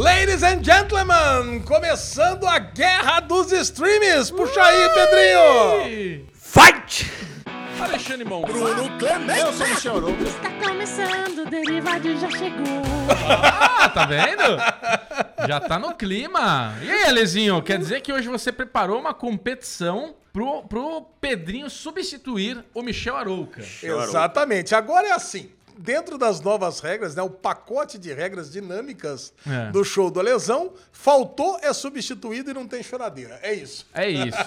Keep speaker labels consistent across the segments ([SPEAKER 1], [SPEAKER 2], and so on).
[SPEAKER 1] Ladies and gentlemen, começando a guerra dos streams. Puxa aí, Pedrinho.
[SPEAKER 2] Fight!
[SPEAKER 1] Alexandre Mon.
[SPEAKER 3] Bruno Clemente. Eu sou Michel Arouca.
[SPEAKER 4] Está Tá começando, o Derivado já chegou.
[SPEAKER 2] Ah, tá vendo? Já tá no clima. E aí, Alezinho, quer dizer que hoje você preparou uma competição pro, pro Pedrinho substituir o Michel Arouca.
[SPEAKER 1] Exatamente. Agora é assim. Dentro das novas regras, né, o pacote de regras dinâmicas
[SPEAKER 2] É.
[SPEAKER 1] do show do Lesão, faltou, é substituído e não tem choradeira. É isso.
[SPEAKER 2] É isso.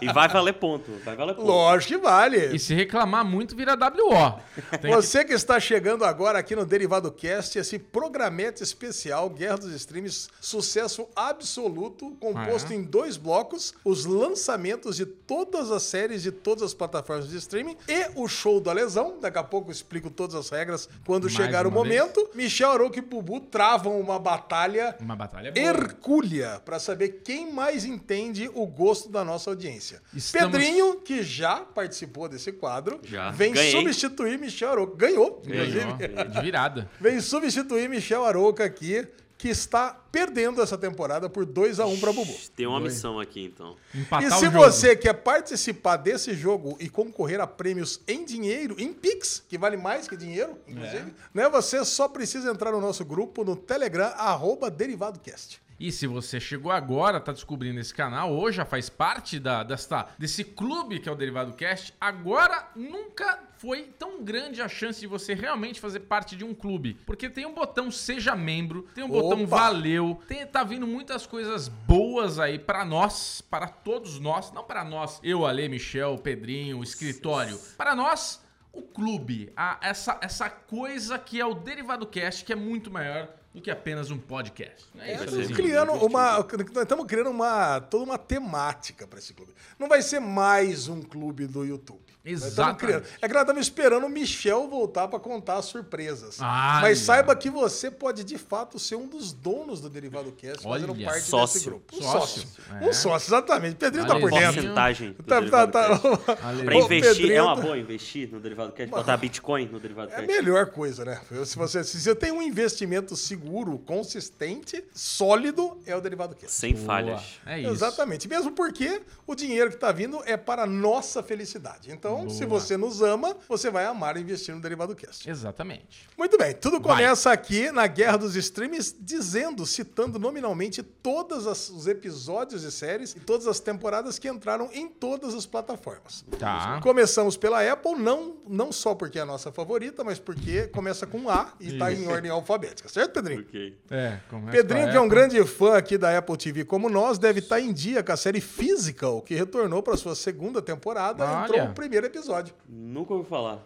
[SPEAKER 5] E vai valer ponto. Vai valer ponto.
[SPEAKER 1] Lógico que vale.
[SPEAKER 2] E se reclamar muito, vira WO. Tem que-
[SPEAKER 1] Você que está chegando agora aqui no Derivado Cast, esse programete especial Guerra dos Streams, sucesso absoluto, composto
[SPEAKER 2] Ah, é?
[SPEAKER 1] em dois blocos, os lançamentos de todas as séries de todas as plataformas de streaming e o show da lesão. Daqui a pouco eu explico todas as regras quando
[SPEAKER 2] Mais
[SPEAKER 1] chegar o
[SPEAKER 2] uma vez.
[SPEAKER 1] momento. Michel Arouca e Bubu travam uma batalha
[SPEAKER 2] Uma batalha boa.
[SPEAKER 1] Er- hercúlea para saber quem mais entende o gosto da nossa audiência.
[SPEAKER 2] Estamos-
[SPEAKER 1] Pedrinho, que já participou desse quadro,
[SPEAKER 5] Já.
[SPEAKER 1] vem
[SPEAKER 5] Ganhei.
[SPEAKER 1] substituir Michel Arouca. Ganhou, inclusive.
[SPEAKER 2] Ganhou. De virada.
[SPEAKER 1] Vem substituir Michel Arouca aqui, que está perdendo essa temporada por 2 a 1 para Bubu.
[SPEAKER 5] Tem uma missão aqui, então.
[SPEAKER 2] Empatar
[SPEAKER 1] E
[SPEAKER 2] o
[SPEAKER 1] se
[SPEAKER 2] jogo.
[SPEAKER 1] você quer participar desse jogo e concorrer a prêmios em dinheiro, em Pix, que vale mais que dinheiro,
[SPEAKER 2] É.
[SPEAKER 1] inclusive, né? Você só precisa entrar no nosso grupo no Telegram, arroba DerivadoCast.
[SPEAKER 2] E se você chegou agora, tá descobrindo esse canal, ou já faz parte da, desta, desse clube que é o Derivado Cast, agora nunca foi tão grande a chance de você realmente fazer parte de um clube. Porque tem um botão Seja Membro, tem um botão
[SPEAKER 1] Opa!
[SPEAKER 2] Valeu, tem, tá vindo muitas coisas boas aí pra nós, para todos nós, não pra nós, eu, Ale, Michel, Pedrinho, o escritório, para nós... O clube, a- essa, essa coisa que é o Derivado Cast, que é muito maior do que apenas um podcast. É isso,
[SPEAKER 5] Vai ser
[SPEAKER 1] Estamos
[SPEAKER 2] Alezinho.
[SPEAKER 5] muito
[SPEAKER 1] criando
[SPEAKER 5] divertido.
[SPEAKER 1] uma, nós estamos criando uma toda uma temática para esse clube. Não vai ser mais um clube do YouTube. Nós estamos
[SPEAKER 2] Exatamente.
[SPEAKER 1] tá criando. É que nós estamos esperando o Michel voltar para contar as surpresas.
[SPEAKER 2] Ai.
[SPEAKER 1] Mas saiba que você pode de fato ser um dos donos do Derivado Cast, fazendo
[SPEAKER 2] Olha.
[SPEAKER 1] parte desse
[SPEAKER 5] Sócio.
[SPEAKER 1] grupo. Um
[SPEAKER 2] Sócio.
[SPEAKER 1] sócio.
[SPEAKER 2] É.
[SPEAKER 1] Um sócio, exatamente. Pedrinho tá por
[SPEAKER 2] Alezinho.
[SPEAKER 1] dentro.
[SPEAKER 5] Porcentagem. do
[SPEAKER 1] Tá, tá,
[SPEAKER 5] Derivado
[SPEAKER 1] tá.
[SPEAKER 5] Cast.
[SPEAKER 2] Ale-
[SPEAKER 5] Pra
[SPEAKER 1] Ô,
[SPEAKER 5] investir, é
[SPEAKER 1] Pedrinho
[SPEAKER 5] uma
[SPEAKER 1] tá-
[SPEAKER 5] boa investir no Derivado Cast? Botar Bitcoin no Derivado
[SPEAKER 1] É a
[SPEAKER 5] Cast?
[SPEAKER 1] melhor coisa, né? Se você, se você tem um investimento seguro, consistente, sólido, é o Derivado Cast.
[SPEAKER 5] Sem
[SPEAKER 2] Boa.
[SPEAKER 5] falhas.
[SPEAKER 2] É isso.
[SPEAKER 1] Exatamente. Mesmo porque o dinheiro que está vindo é para a nossa felicidade. Então, se você nos ama, você vai amar investir no Derivado Cast.
[SPEAKER 2] Exatamente.
[SPEAKER 1] Muito bem, tudo
[SPEAKER 2] Vai.
[SPEAKER 1] começa aqui na Guerra dos Streams, dizendo, citando nominalmente todos os episódios e séries e todas as temporadas que entraram em todas as plataformas.
[SPEAKER 2] Tá.
[SPEAKER 1] Começamos pela Apple, não, não só porque é a nossa favorita, mas porque começa com A e está em ordem alfabética, certo, Pedrinho?
[SPEAKER 5] Ok.
[SPEAKER 2] É, começa
[SPEAKER 1] Pedrinho,
[SPEAKER 2] com
[SPEAKER 1] que é um
[SPEAKER 2] essa.
[SPEAKER 1] grande fã aqui da Apple TV como nós, deve estar em dia com a série Physical, que retornou para sua segunda temporada,
[SPEAKER 2] Olha.
[SPEAKER 1] entrou no primeiro episódio.
[SPEAKER 5] Nunca ouvi falar.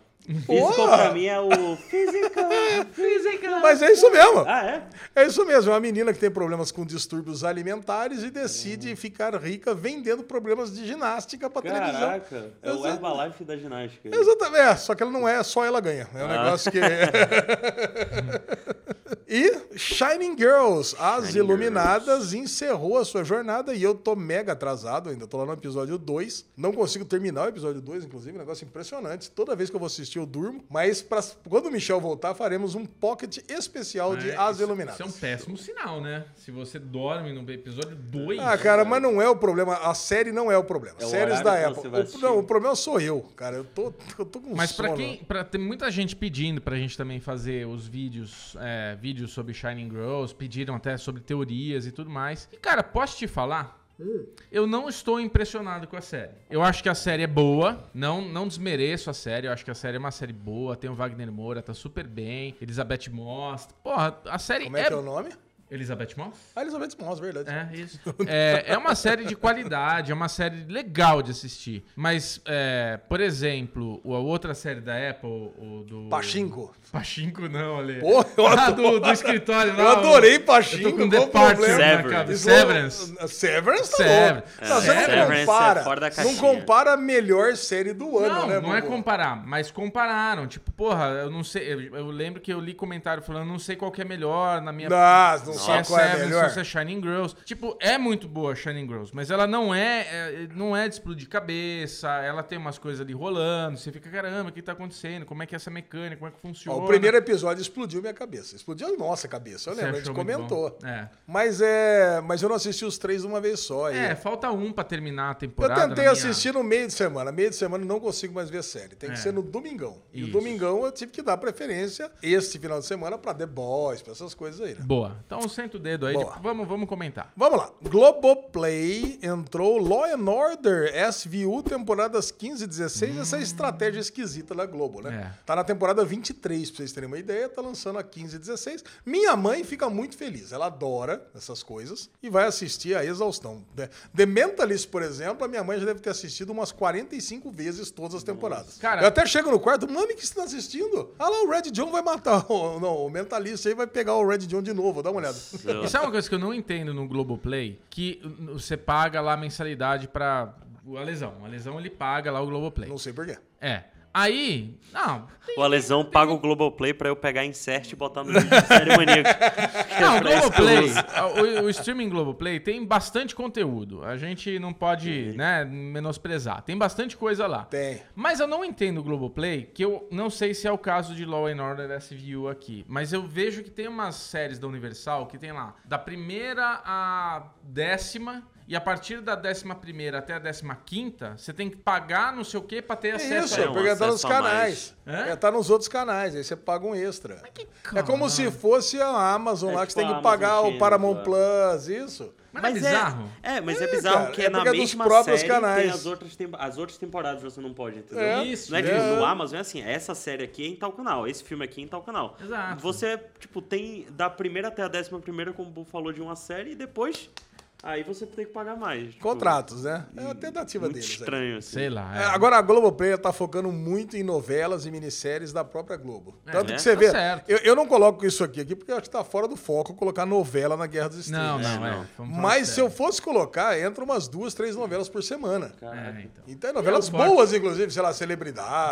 [SPEAKER 1] Boa!
[SPEAKER 5] Physical pra mim é o... Physical.
[SPEAKER 1] Mas é isso mesmo.
[SPEAKER 5] Ah, é?
[SPEAKER 1] É isso mesmo. É uma menina que tem problemas com distúrbios alimentares e decide ficar rica vendendo problemas de ginástica para televisão.
[SPEAKER 5] Caraca. É o
[SPEAKER 1] Exato.
[SPEAKER 5] Herbalife da ginástica.
[SPEAKER 1] Exatamente. É, só que ela não é só ela ganha. É um
[SPEAKER 5] Ah.
[SPEAKER 1] negócio que. e Shining Girls, As
[SPEAKER 5] Shining
[SPEAKER 1] Iluminadas, encerrou a sua jornada e eu tô mega atrasado ainda. Tô lá no episódio 2. Não consigo terminar o episódio 2, inclusive. Um negócio impressionante. Toda vez que eu vou assistir, eu durmo. Mas pra- quando o Michel voltar, faremos um pocket especial de
[SPEAKER 2] É,
[SPEAKER 1] As
[SPEAKER 2] isso-
[SPEAKER 1] Iluminadas.
[SPEAKER 2] Isso é um péssimo sinal, né? Se você dorme no episódio 2.
[SPEAKER 1] Ah, cara, mas não é o problema. A série não é o problema.
[SPEAKER 5] né? É o
[SPEAKER 1] Séries
[SPEAKER 5] horário
[SPEAKER 1] da
[SPEAKER 5] que
[SPEAKER 1] Apple.
[SPEAKER 5] você vai
[SPEAKER 1] O, não,
[SPEAKER 5] assistir.
[SPEAKER 1] o problema sou eu, cara. Eu tô, eu tô com
[SPEAKER 2] Mas pra
[SPEAKER 1] sono.
[SPEAKER 2] quem. Pra, tem muita gente pedindo pra gente também fazer os vídeos, é, vídeos sobre Shining Girls, pediram até sobre teorias e tudo mais. E, cara, posso te falar?
[SPEAKER 1] Hum.
[SPEAKER 2] Eu não estou impressionado com a série. Eu acho que a série é boa, não não desmereço a série, eu acho que a série é uma série boa, tem o Wagner Moura, tá super bem, Elizabeth Moss. Porra, a série
[SPEAKER 1] Como é, que é o nome?
[SPEAKER 2] Elizabeth Moss?
[SPEAKER 1] Ah, Elizabeth Moss, verdade.
[SPEAKER 2] É, isso. É, é uma série de qualidade, é uma série legal de assistir. Mas, é, por exemplo, a outra série da Apple, o do.
[SPEAKER 1] Pachinko.
[SPEAKER 2] Pachinko não, Ale.
[SPEAKER 1] Porra, eu
[SPEAKER 2] Ah,
[SPEAKER 1] adoro-
[SPEAKER 2] do, do escritório lá.
[SPEAKER 1] Eu adorei
[SPEAKER 2] Eu tô
[SPEAKER 1] Pachinko,
[SPEAKER 2] com
[SPEAKER 1] qual
[SPEAKER 2] The
[SPEAKER 1] o
[SPEAKER 2] Parts
[SPEAKER 1] problema?
[SPEAKER 2] na
[SPEAKER 5] Severance.
[SPEAKER 2] cabeça.
[SPEAKER 1] Isso
[SPEAKER 2] Severance.
[SPEAKER 1] não- Severance tá
[SPEAKER 2] Severance.
[SPEAKER 1] louco. Não, você
[SPEAKER 5] Severance
[SPEAKER 1] não
[SPEAKER 5] é
[SPEAKER 1] compara.
[SPEAKER 5] fora da
[SPEAKER 1] não
[SPEAKER 5] caixinha.
[SPEAKER 1] compara a melhor série do ano,
[SPEAKER 2] não,
[SPEAKER 1] né,
[SPEAKER 2] não é
[SPEAKER 1] Bubu?
[SPEAKER 2] comparar, mas compararam. Tipo, porra, eu não sei. Eu, eu lembro que eu li comentário falando, não sei qual que é melhor na minha.
[SPEAKER 1] Não, não Não
[SPEAKER 2] se é
[SPEAKER 1] sabe qual é a
[SPEAKER 2] Severance,
[SPEAKER 1] melhor?
[SPEAKER 2] se é Shining Girls. Tipo, é muito boa Shining Girls, mas ela não é, é- não é de explodir cabeça, ela tem umas coisas ali rolando, você fica, caramba, o que tá acontecendo? Como é que é essa mecânica? Como é que
[SPEAKER 1] Ó,
[SPEAKER 2] funciona?
[SPEAKER 1] o primeiro episódio explodiu minha cabeça. Explodiu a nossa cabeça, eu
[SPEAKER 2] Você
[SPEAKER 1] lembro. A gente
[SPEAKER 2] achou muito
[SPEAKER 1] comentou.
[SPEAKER 2] bom. É.
[SPEAKER 1] Mas é. Mas eu não assisti os três de uma vez só. e-
[SPEAKER 2] É, falta um pra terminar a
[SPEAKER 1] Eu
[SPEAKER 2] temporada.
[SPEAKER 1] tentei
[SPEAKER 2] na minha-
[SPEAKER 1] assistir no meio de semana. Meio de semana eu não consigo mais ver série. Tem que
[SPEAKER 2] É.
[SPEAKER 1] ser no domingão. E o
[SPEAKER 2] Isso.
[SPEAKER 1] domingão eu tive que dar preferência esse final de semana pra The Boys, pra essas coisas aí, né?
[SPEAKER 2] Boa. Então senta o dedo aí,
[SPEAKER 1] Boa.
[SPEAKER 2] tipo, vamos, vamos comentar.
[SPEAKER 1] Vamos lá. Globoplay entrou Law and Order SVU temporadas 15 e 16. Essa é estratégia esquisita da Globo, né?
[SPEAKER 2] Hum. É.
[SPEAKER 1] Tá na temporada 23, pra vocês terem uma ideia. Tá lançando a 15 e 16. Minha mãe fica muito feliz. Ela adora essas coisas e vai assistir a exaustão. né? The Mentalist, por exemplo, a minha mãe já deve ter assistido umas 45 vezes todas as temporadas.
[SPEAKER 2] Cara-
[SPEAKER 1] Eu até chego no quarto, mami, o que você tá assistindo? Ah lá, o Red John vai matar. o- Não, o Mentalist aí vai pegar o Red John de novo. Dá uma olhada.
[SPEAKER 2] E sabe uma coisa que eu não entendo no Globoplay? Que uh, você paga lá a mensalidade pra. A lesão. A lesão ele paga lá o Globoplay.
[SPEAKER 1] Não sei porquê.
[SPEAKER 2] É. Aí. Não.
[SPEAKER 5] O Alesão paga o Globoplay pra eu pegar insert e botar no vídeo de série maníaco.
[SPEAKER 2] Não, o
[SPEAKER 5] pra isso que eu
[SPEAKER 2] Globoplay.
[SPEAKER 5] uso.
[SPEAKER 2] o, o streaming Globoplay tem bastante conteúdo. A gente não pode, né, menosprezar. Tem bastante coisa lá.
[SPEAKER 1] Tem.
[SPEAKER 2] Mas eu não entendo o Globoplay, que eu não sei se é o caso de Law and Order SVU aqui, mas eu vejo que tem umas séries da Universal que tem lá da primeira à décima, e a partir da décima primeira até a décima quinta, você tem que pagar não sei o que pra ter
[SPEAKER 1] É
[SPEAKER 2] acesso
[SPEAKER 1] isso,
[SPEAKER 2] a
[SPEAKER 5] é um
[SPEAKER 1] porque tá nos
[SPEAKER 5] acesso a
[SPEAKER 1] canais.
[SPEAKER 2] mais. Hã?
[SPEAKER 1] É, tá nos outros canais, aí você paga um extra. É
[SPEAKER 2] caralho.
[SPEAKER 1] como se fosse a Amazon
[SPEAKER 5] É
[SPEAKER 1] lá, que
[SPEAKER 5] tipo
[SPEAKER 1] você tem
[SPEAKER 5] a
[SPEAKER 1] que
[SPEAKER 5] Amazon
[SPEAKER 1] pagar o
[SPEAKER 5] Channel,
[SPEAKER 1] Paramount
[SPEAKER 5] lá.
[SPEAKER 1] Plus, isso.
[SPEAKER 2] Mas, não é bizarro.
[SPEAKER 5] É, mas é,
[SPEAKER 1] É,
[SPEAKER 5] bizarro
[SPEAKER 1] cara,
[SPEAKER 5] que
[SPEAKER 1] é
[SPEAKER 5] é na
[SPEAKER 1] porque é dos
[SPEAKER 5] mesma
[SPEAKER 1] próprios
[SPEAKER 5] série
[SPEAKER 1] canais.
[SPEAKER 5] tem as outras, tem, as outras temporadas você não pode, entendeu?
[SPEAKER 1] É.
[SPEAKER 2] Isso,
[SPEAKER 5] Não é tipo,
[SPEAKER 1] é.
[SPEAKER 5] no Amazon é assim, essa série aqui é em tal canal, esse filme aqui é em tal canal.
[SPEAKER 2] Exato.
[SPEAKER 5] Você, tipo, tem da primeira até a décima primeira, como o Bu falou, de uma série, e depois, aí você tem que pagar mais. Tipo,
[SPEAKER 1] Contratos, né? É a tentativa
[SPEAKER 5] Muito
[SPEAKER 1] deles. aí.
[SPEAKER 5] estranho, assim.
[SPEAKER 2] Sei lá.
[SPEAKER 1] É,
[SPEAKER 2] é.
[SPEAKER 1] Agora a Globoplay tá focando muito em novelas e minisséries da própria Globo.
[SPEAKER 2] É,
[SPEAKER 1] Tanto
[SPEAKER 5] né?
[SPEAKER 1] que você
[SPEAKER 2] Tá
[SPEAKER 1] vê.
[SPEAKER 2] certo.
[SPEAKER 1] Eu, eu não coloco isso aqui, aqui porque eu acho que tá fora do foco colocar novela na Guerra dos
[SPEAKER 2] Não,
[SPEAKER 1] Streams.
[SPEAKER 2] não,
[SPEAKER 5] É,
[SPEAKER 2] é.
[SPEAKER 5] não.
[SPEAKER 2] Vamos falar
[SPEAKER 1] Mas se
[SPEAKER 2] sério.
[SPEAKER 1] eu fosse colocar, entra umas duas, três novelas por semana.
[SPEAKER 5] Caraca.
[SPEAKER 2] É, então.
[SPEAKER 1] Então, novelas
[SPEAKER 2] É, o forte.
[SPEAKER 1] boas, inclusive, sei lá,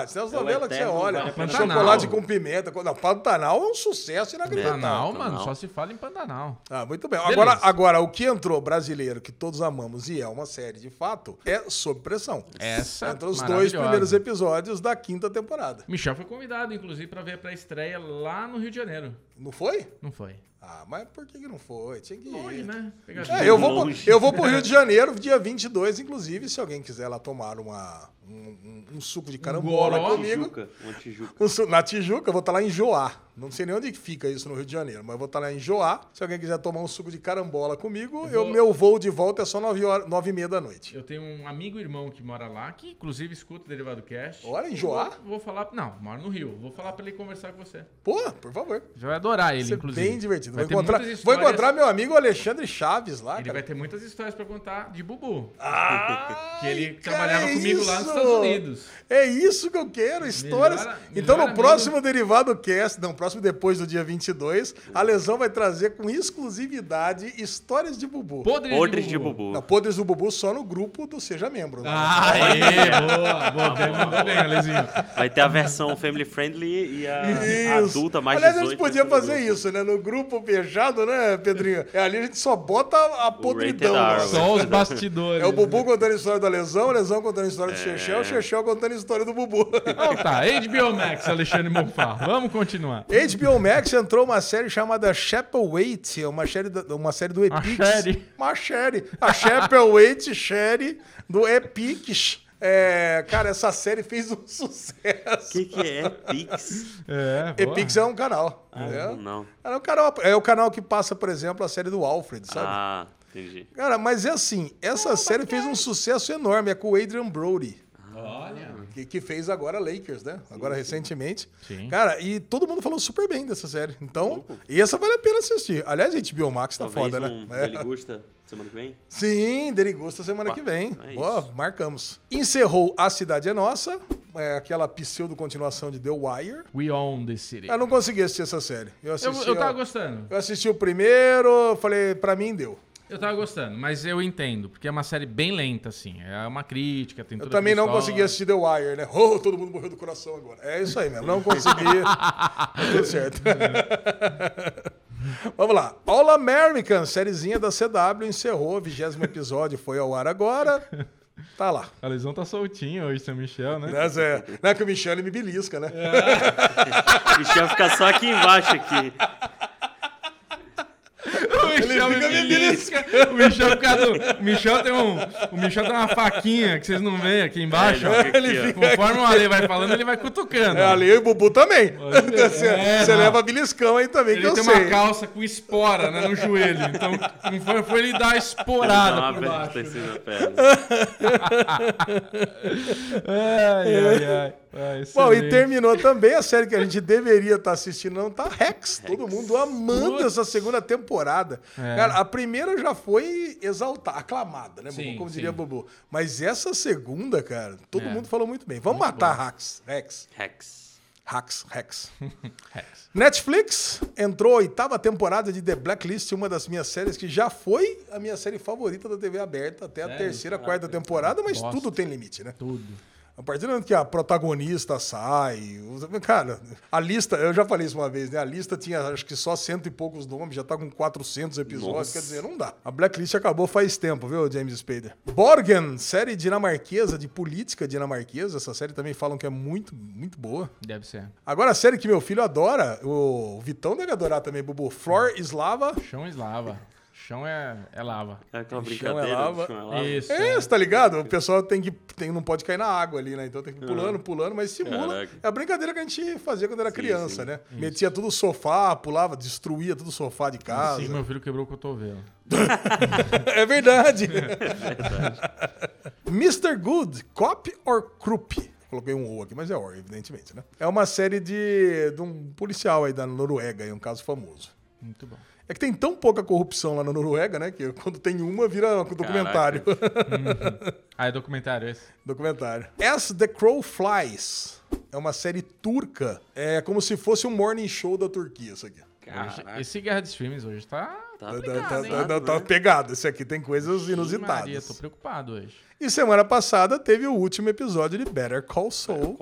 [SPEAKER 1] celebridades, tem as
[SPEAKER 5] É o
[SPEAKER 1] novelas que você
[SPEAKER 5] Eterno,
[SPEAKER 1] olha.
[SPEAKER 5] vale a
[SPEAKER 2] pena.
[SPEAKER 1] Chocolate
[SPEAKER 2] Pantanal.
[SPEAKER 1] com pimenta. co- Não, Pantanal é um sucesso inacreditável.
[SPEAKER 2] É, Pantanal, mano,
[SPEAKER 5] Pantanal.
[SPEAKER 2] só se fala em Pantanal.
[SPEAKER 1] Ah, muito bem.
[SPEAKER 2] Beleza.
[SPEAKER 1] Agora, agora, o que entrou brasileiro, que todos amamos, e é uma série de fato, é Sob Pressão.
[SPEAKER 2] Essa é
[SPEAKER 1] Entra os dois
[SPEAKER 2] maravilhosa.
[SPEAKER 1] primeiros episódios da quinta temporada.
[SPEAKER 2] Michel foi convidado, inclusive, pra ver a pré-estreia lá no Rio de Janeiro.
[SPEAKER 1] Não foi?
[SPEAKER 2] Não foi.
[SPEAKER 1] Ah, mas por que, que não foi? Tinha que ir.
[SPEAKER 2] Longe, né?
[SPEAKER 1] É, eu, vou, pro-
[SPEAKER 5] Longe.
[SPEAKER 1] eu vou pro Rio de Janeiro, dia 22, inclusive, se alguém quiser lá tomar uma, um, um- um suco de carambola
[SPEAKER 2] goró.
[SPEAKER 1] comigo.
[SPEAKER 5] Tijuca, uma Tijuca.
[SPEAKER 1] Um su- Na Tijuca, eu vou estar lá em Joá. Não sei nem onde que fica isso no Rio de Janeiro, mas eu vou estar lá em Joá. Se alguém quiser tomar um suco de carambola comigo, eu
[SPEAKER 2] vou-
[SPEAKER 1] meu voo de volta é só 9 horas, nove e meia da noite.
[SPEAKER 2] Eu tenho um amigo e irmão que mora lá, que inclusive escuta o Derivado Cast.
[SPEAKER 1] Olha, em Joá?
[SPEAKER 2] Vou, vou falar. Não, mora no Rio. Vou falar pra ele conversar com você.
[SPEAKER 1] Pô, por favor.
[SPEAKER 2] Já vai adorar ele,
[SPEAKER 1] Isso é
[SPEAKER 2] inclusive.
[SPEAKER 1] bem divertido.
[SPEAKER 2] Vai
[SPEAKER 1] Vou
[SPEAKER 2] ter
[SPEAKER 1] encontrar,
[SPEAKER 2] muitas
[SPEAKER 1] vou
[SPEAKER 2] histórias-
[SPEAKER 1] encontrar meu amigo Alexandre Chaves lá,
[SPEAKER 2] Ele
[SPEAKER 1] cara.
[SPEAKER 2] vai ter muitas histórias pra contar de Bubu.
[SPEAKER 1] Ah,
[SPEAKER 2] que ele
[SPEAKER 1] cara,
[SPEAKER 2] trabalhava
[SPEAKER 1] é
[SPEAKER 2] comigo lá nos
[SPEAKER 1] isso!
[SPEAKER 2] Estados Unidos.
[SPEAKER 1] É isso que eu quero, histórias.
[SPEAKER 2] Melhor-
[SPEAKER 1] então,
[SPEAKER 2] melhor
[SPEAKER 1] no
[SPEAKER 2] amigo.
[SPEAKER 1] próximo Derivado Cast, não, próximo depois do dia 22, a Lesão vai trazer com exclusividade histórias de Bubu.
[SPEAKER 2] Podres,
[SPEAKER 5] Podres de Bubu.
[SPEAKER 1] Não, podres do Bubu só no grupo do Seja Membro. né?
[SPEAKER 2] Aê, Ah, é, boa,
[SPEAKER 5] Tá
[SPEAKER 2] boa, bem, mandou bem, Alezinho.
[SPEAKER 5] Vai ter a versão family friendly e a
[SPEAKER 1] Isso.
[SPEAKER 5] adulta mais
[SPEAKER 1] Aliás,
[SPEAKER 5] 18.
[SPEAKER 1] a gente podia
[SPEAKER 5] vai ser no
[SPEAKER 1] fazer
[SPEAKER 5] grupo.
[SPEAKER 1] isso, né? No grupo fechado, né, Pedrinho? É, ali a gente só bota a podridão.
[SPEAKER 5] rated R,
[SPEAKER 1] né?
[SPEAKER 5] ué.
[SPEAKER 2] Só os bastidores.
[SPEAKER 1] É o Bubu contando a história da lesão, a lesão contando a história do
[SPEAKER 5] É.
[SPEAKER 1] Chechel, o Chechel contando a história do Bubu.
[SPEAKER 2] Então tá, HBO Max, Alexandre Bonfá. Vamos continuar.
[SPEAKER 1] HBO Max entrou uma série chamada Chapelwaite, uma série, da- uma série do Epix.
[SPEAKER 2] série.
[SPEAKER 1] Uma série. A Chapelwaite série do Epix. É, cara, essa série fez um sucesso.
[SPEAKER 5] O que, que é Pix?
[SPEAKER 2] É, boa.
[SPEAKER 1] Epix é um canal.
[SPEAKER 5] Ah,
[SPEAKER 1] entendeu?
[SPEAKER 5] não.
[SPEAKER 1] É o, canal, é o canal que passa, por exemplo, a série do Alfred, sabe?
[SPEAKER 5] Ah, entendi.
[SPEAKER 1] Cara, mas é assim, essa série
[SPEAKER 2] é.
[SPEAKER 1] fez um sucesso enorme, é com o Adrian Brody.
[SPEAKER 2] Olha.
[SPEAKER 1] Que, que fez agora Lakers, né? Agora recentemente.
[SPEAKER 2] Sim.
[SPEAKER 1] Cara, e todo mundo falou super bem dessa série. Então, e essa vale a pena assistir. Aliás, gente, Biomax tá
[SPEAKER 5] Talvez
[SPEAKER 1] foda,
[SPEAKER 5] um
[SPEAKER 1] né?
[SPEAKER 5] Ele
[SPEAKER 1] É.
[SPEAKER 5] Gusta semana que vem?
[SPEAKER 1] Sim, Derigusta semana que vem.
[SPEAKER 5] então é
[SPEAKER 1] Ó,
[SPEAKER 5] isso.
[SPEAKER 1] marcamos. Encerrou A Cidade é Nossa, é aquela pseudo-continuação de The Wire.
[SPEAKER 2] We own the city.
[SPEAKER 1] Eu não consegui assistir essa série. Eu
[SPEAKER 2] Eu,
[SPEAKER 1] assisti,
[SPEAKER 2] eu tava
[SPEAKER 1] ó,
[SPEAKER 2] gostando.
[SPEAKER 1] eu assisti o primeiro, falei, pra mim deu.
[SPEAKER 2] Eu tava gostando, mas eu entendo, porque é uma série bem lenta, assim. É uma crítica, tem
[SPEAKER 1] Eu
[SPEAKER 2] tudo
[SPEAKER 1] também não consegui assistir The Wire, né? Oh, todo mundo morreu do coração agora. É isso aí mesmo, não consegui. Tá tudo certo. Vamos lá. All American, sériezinha da CW, encerrou. O vigésimo episódio foi ao ar agora. Tá lá.
[SPEAKER 2] A lesão tá soltinha hoje, São Michel, né?
[SPEAKER 1] Mas é, não é que o Michel ele me belisca, né?
[SPEAKER 2] É.
[SPEAKER 5] Michel fica só aqui embaixo aqui.
[SPEAKER 2] O Michel
[SPEAKER 1] fica
[SPEAKER 2] me
[SPEAKER 1] me
[SPEAKER 2] belisca. O Michel, por causa do- o Michel tem um. O Michel tem uma faquinha que vocês não veem aqui embaixo. ó.
[SPEAKER 5] Aqui,
[SPEAKER 1] É, Ele
[SPEAKER 5] ó.
[SPEAKER 1] fica-
[SPEAKER 2] Conforme o Ale vai falando, ele vai cutucando.
[SPEAKER 1] É,
[SPEAKER 2] ó.
[SPEAKER 1] ali eu e o Bubu também. Você
[SPEAKER 2] é,
[SPEAKER 1] você
[SPEAKER 2] não.
[SPEAKER 1] leva beliscão aí também, que
[SPEAKER 2] Ele
[SPEAKER 1] eu
[SPEAKER 2] tem
[SPEAKER 1] sei.
[SPEAKER 2] uma calça com espora né, no joelho. Então, não foi, foi ele dar a
[SPEAKER 5] Dá
[SPEAKER 2] esporada
[SPEAKER 5] uma
[SPEAKER 2] por baixo.
[SPEAKER 5] aberta em cima da perna.
[SPEAKER 2] Ai, ai, ai. ai
[SPEAKER 1] Bom, e
[SPEAKER 2] excelente.
[SPEAKER 1] terminou também a série que a gente deveria estar assistindo, não tá? Rex. Todo mundo amando
[SPEAKER 2] Putz.
[SPEAKER 1] essa segunda temporada.
[SPEAKER 2] É.
[SPEAKER 1] Cara, a primeira já foi exaltada, aclamada, né, Bubu?
[SPEAKER 2] Sim,
[SPEAKER 1] Como diria
[SPEAKER 2] sim.
[SPEAKER 1] Bubu. Mas essa segunda, cara, todo
[SPEAKER 2] É.
[SPEAKER 1] mundo falou muito bem. Vamos matar Rex. Rex.
[SPEAKER 5] Rex.
[SPEAKER 1] Rex. Rex.
[SPEAKER 2] Rex.
[SPEAKER 1] Netflix entrou a oitava temporada de The Blacklist, uma das minhas séries que já foi a minha série favorita da TV aberta até a
[SPEAKER 2] Sério?
[SPEAKER 1] terceira, quarta temporada, mas
[SPEAKER 2] Bosta.
[SPEAKER 1] tudo tem limite, né?
[SPEAKER 2] Tudo.
[SPEAKER 1] A partir do momento que a protagonista sai. os- Cara, a lista, eu já falei isso uma vez, né? A lista tinha acho que só cento e poucos nomes, já tá com 400 episódios.
[SPEAKER 5] Nossa.
[SPEAKER 1] Quer dizer, não dá. A Blacklist acabou faz tempo, viu, James Spader? Borgen, série dinamarquesa, de política dinamarquesa. Essa série também falam que é muito, muito boa.
[SPEAKER 2] Deve ser.
[SPEAKER 1] Agora, a série que meu filho adora, o Vitão deve adorar também, Bubu. Flor Slava.
[SPEAKER 2] Chão eslava. Chão é, é lava.
[SPEAKER 5] É
[SPEAKER 1] Chão
[SPEAKER 5] aquela
[SPEAKER 1] é
[SPEAKER 5] brincadeira
[SPEAKER 1] lava.
[SPEAKER 5] do chão é lava.
[SPEAKER 2] Isso.
[SPEAKER 1] É, você tá ligado? O pessoal tem que. Tem, não pode cair na água ali, né? Então tem que ir pulando, pulando, mas simula.
[SPEAKER 5] É. Caraca.
[SPEAKER 1] É a brincadeira que a gente fazia quando era criança,
[SPEAKER 5] sim.
[SPEAKER 1] né? Metia tudo no sofá, pulava, destruía tudo o sofá de casa.
[SPEAKER 2] Sim, meu filho quebrou o cotovelo.
[SPEAKER 1] É verdade. Mr. Good, Cop or Krupp? Coloquei um O aqui, mas é O, evidentemente, né? É uma série de, de um policial aí da Noruega, é um caso famoso.
[SPEAKER 2] Muito bom.
[SPEAKER 1] É que tem tão pouca corrupção lá na Noruega, né? Que quando tem uma, vira um documentário.
[SPEAKER 2] Ah, é documentário esse?
[SPEAKER 1] documentário. As the Crow Flies. É uma série turca. É como se fosse um morning show da Turquia, isso aqui.
[SPEAKER 2] Hoje,
[SPEAKER 5] Caraca,
[SPEAKER 2] esse Guerra dos Filmes hoje tá...
[SPEAKER 5] tá
[SPEAKER 1] Tá,
[SPEAKER 5] ligado,
[SPEAKER 1] tá-
[SPEAKER 5] hein?
[SPEAKER 1] tá- tá- tá
[SPEAKER 5] né?
[SPEAKER 1] pegado. Isso aqui tem coisas
[SPEAKER 2] Ih, Maria, tô
[SPEAKER 1] inusitadas.
[SPEAKER 2] preocupado hoje.
[SPEAKER 1] E semana passada teve o último episódio de Better Call Saul.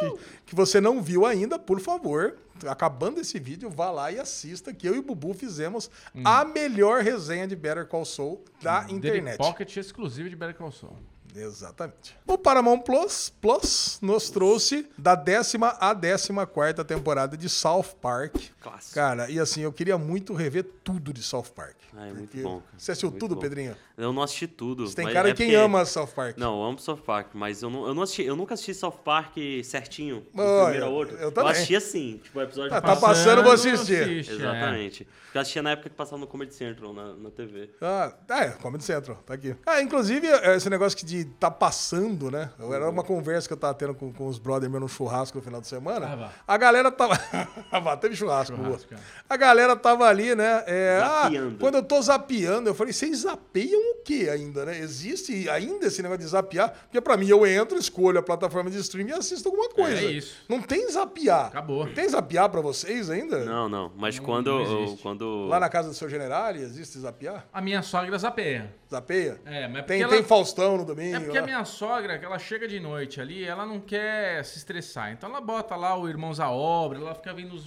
[SPEAKER 1] Que, que você não viu ainda, por favor, acabando esse vídeo, vá lá e assista que eu e o Bubu fizemos a melhor resenha de Better Call Saul da
[SPEAKER 2] Hum, Dele
[SPEAKER 1] internet.
[SPEAKER 2] Pocket exclusivo de Better Call Saul.
[SPEAKER 1] Exatamente. O Paramount Plus, Plus nos trouxe da décima à décima quarta temporada de South Park.
[SPEAKER 5] Clássico.
[SPEAKER 1] Cara, e assim, eu queria muito rever tudo de South Park.
[SPEAKER 5] Ah, é muito
[SPEAKER 1] Porque-
[SPEAKER 5] bom. cara.
[SPEAKER 1] Você assistiu
[SPEAKER 5] Muito
[SPEAKER 1] tudo,
[SPEAKER 5] bom.
[SPEAKER 1] Pedrinho?
[SPEAKER 5] Eu não assisti tudo.
[SPEAKER 1] Você tem
[SPEAKER 5] mas
[SPEAKER 1] cara
[SPEAKER 5] é
[SPEAKER 1] de quem
[SPEAKER 5] porque-
[SPEAKER 1] ama South Park.
[SPEAKER 5] Não, eu amo South Park, mas eu, não, eu, não assisti, eu nunca assisti South Park certinho, do
[SPEAKER 1] Olha,
[SPEAKER 5] primeiro ao outro.
[SPEAKER 1] eu também.
[SPEAKER 5] assisti assim, tipo, o episódio
[SPEAKER 1] Ah, tá
[SPEAKER 5] passado.
[SPEAKER 1] passando, vou assistir.
[SPEAKER 2] assiste, é.
[SPEAKER 5] Exatamente. Porque eu assistia na época que passava no Comedy Central, na, na TV.
[SPEAKER 1] Ah, é, Comedy Central, tá aqui. Ah, inclusive, é, esse negócio que de tá passando, né? Eu- Era uma conversa que eu tava tendo com, com os brothers meu no churrasco no final de semana.
[SPEAKER 2] Ah, vá.
[SPEAKER 1] A galera tava. Ah, vá, teve churrasco,
[SPEAKER 2] Churrasco,
[SPEAKER 1] boa.
[SPEAKER 2] é.
[SPEAKER 1] A galera tava ali, né? É, ah,
[SPEAKER 5] Zapeando.
[SPEAKER 1] quando eu tô zapeando, eu falei, vocês zapeiam o quê ainda, né? Existe ainda esse negócio de zapear? Porque pra mim, eu entro, escolho a plataforma de streaming e assisto alguma coisa.
[SPEAKER 2] É isso.
[SPEAKER 1] Não tem zapear.
[SPEAKER 2] Acabou.
[SPEAKER 1] Tem zapear pra vocês ainda?
[SPEAKER 5] Não, não, mas quando.
[SPEAKER 2] não
[SPEAKER 5] eu-
[SPEAKER 2] existe.
[SPEAKER 5] quando
[SPEAKER 1] Lá na casa do seu general, existe zapear?
[SPEAKER 2] A minha sogra zapeia.
[SPEAKER 1] Zapeia?
[SPEAKER 2] É, mas é porque
[SPEAKER 1] Tem,
[SPEAKER 2] ela-
[SPEAKER 1] tem Faustão no domingo.
[SPEAKER 2] É porque a
[SPEAKER 1] lá.
[SPEAKER 2] minha sogra, que ela chega de noite ali, ela não quer se estressar. Então ela bota lá o Irmãos à Obra, ela fica vendo uns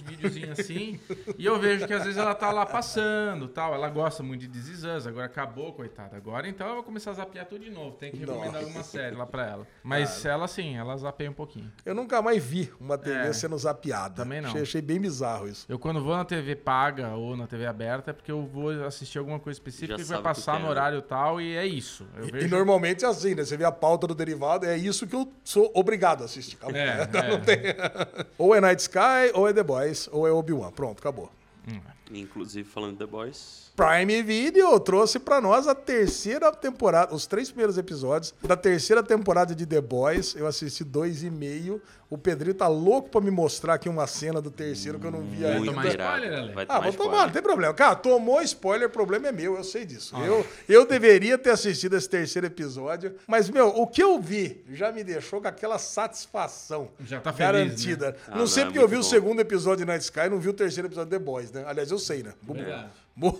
[SPEAKER 2] videozinhos assim. e eu vejo que às vezes ela tá lá passando tal. Ela gosta muito de This Is Us, agora acabou, coitada. Agora então eu vou começar a zapear tudo de novo. Tem que recomendar
[SPEAKER 1] Nossa.
[SPEAKER 2] alguma série lá pra ela. Mas ela sim, ela zapeia um pouquinho.
[SPEAKER 1] Eu nunca mais vi uma TV
[SPEAKER 2] É.
[SPEAKER 1] sendo zapeada.
[SPEAKER 2] Também não.
[SPEAKER 1] Achei, achei bem bizarro isso.
[SPEAKER 2] Eu quando vou na TV paga ou na TV aberta é porque eu vou assistir alguma coisa específica
[SPEAKER 5] Já
[SPEAKER 2] que vai
[SPEAKER 5] sabe o que
[SPEAKER 2] passar
[SPEAKER 5] quer,
[SPEAKER 2] no
[SPEAKER 5] né?
[SPEAKER 2] horário tal e é isso. Eu
[SPEAKER 1] E
[SPEAKER 2] vejo-
[SPEAKER 1] normalmente é assim, né? Você vê a pauta do derivado, é isso que eu sou obrigado a assistir. Acabou.
[SPEAKER 2] É,
[SPEAKER 1] Então
[SPEAKER 2] é.
[SPEAKER 1] Não tem... ou é Night Sky, ou é The Boys, ou é Obi-Wan. Pronto, acabou.
[SPEAKER 5] Inclusive, falando de The Boys.
[SPEAKER 1] Prime Video trouxe pra nós a terceira temporada, os três primeiros episódios da terceira temporada de The Boys. Eu assisti dois e meio. O Pedrinho tá louco pra me mostrar aqui uma cena do terceiro que eu não vi ainda.
[SPEAKER 5] Muito
[SPEAKER 2] tomar
[SPEAKER 5] irado.
[SPEAKER 2] spoiler, Ale?
[SPEAKER 5] Vai
[SPEAKER 1] Ah, vou
[SPEAKER 5] spoiler.
[SPEAKER 1] tomar, não tem problema. Cara, tomou spoiler, problema é meu, eu sei disso.
[SPEAKER 5] Ah.
[SPEAKER 1] Eu, eu deveria ter assistido esse terceiro episódio, mas, meu, o que eu vi já me deixou com aquela satisfação
[SPEAKER 2] Já tá feliz,
[SPEAKER 1] garantida.
[SPEAKER 5] Ah,
[SPEAKER 1] Não
[SPEAKER 5] não,
[SPEAKER 1] sei
[SPEAKER 5] é
[SPEAKER 1] porque eu
[SPEAKER 5] muito
[SPEAKER 1] vi o
[SPEAKER 5] bom.
[SPEAKER 1] segundo episódio de Night Sky e não vi o terceiro episódio de
[SPEAKER 5] É
[SPEAKER 1] The Boys, né? Aliás, eu sei, né? Bubu.
[SPEAKER 2] Verdade.
[SPEAKER 1] Bu-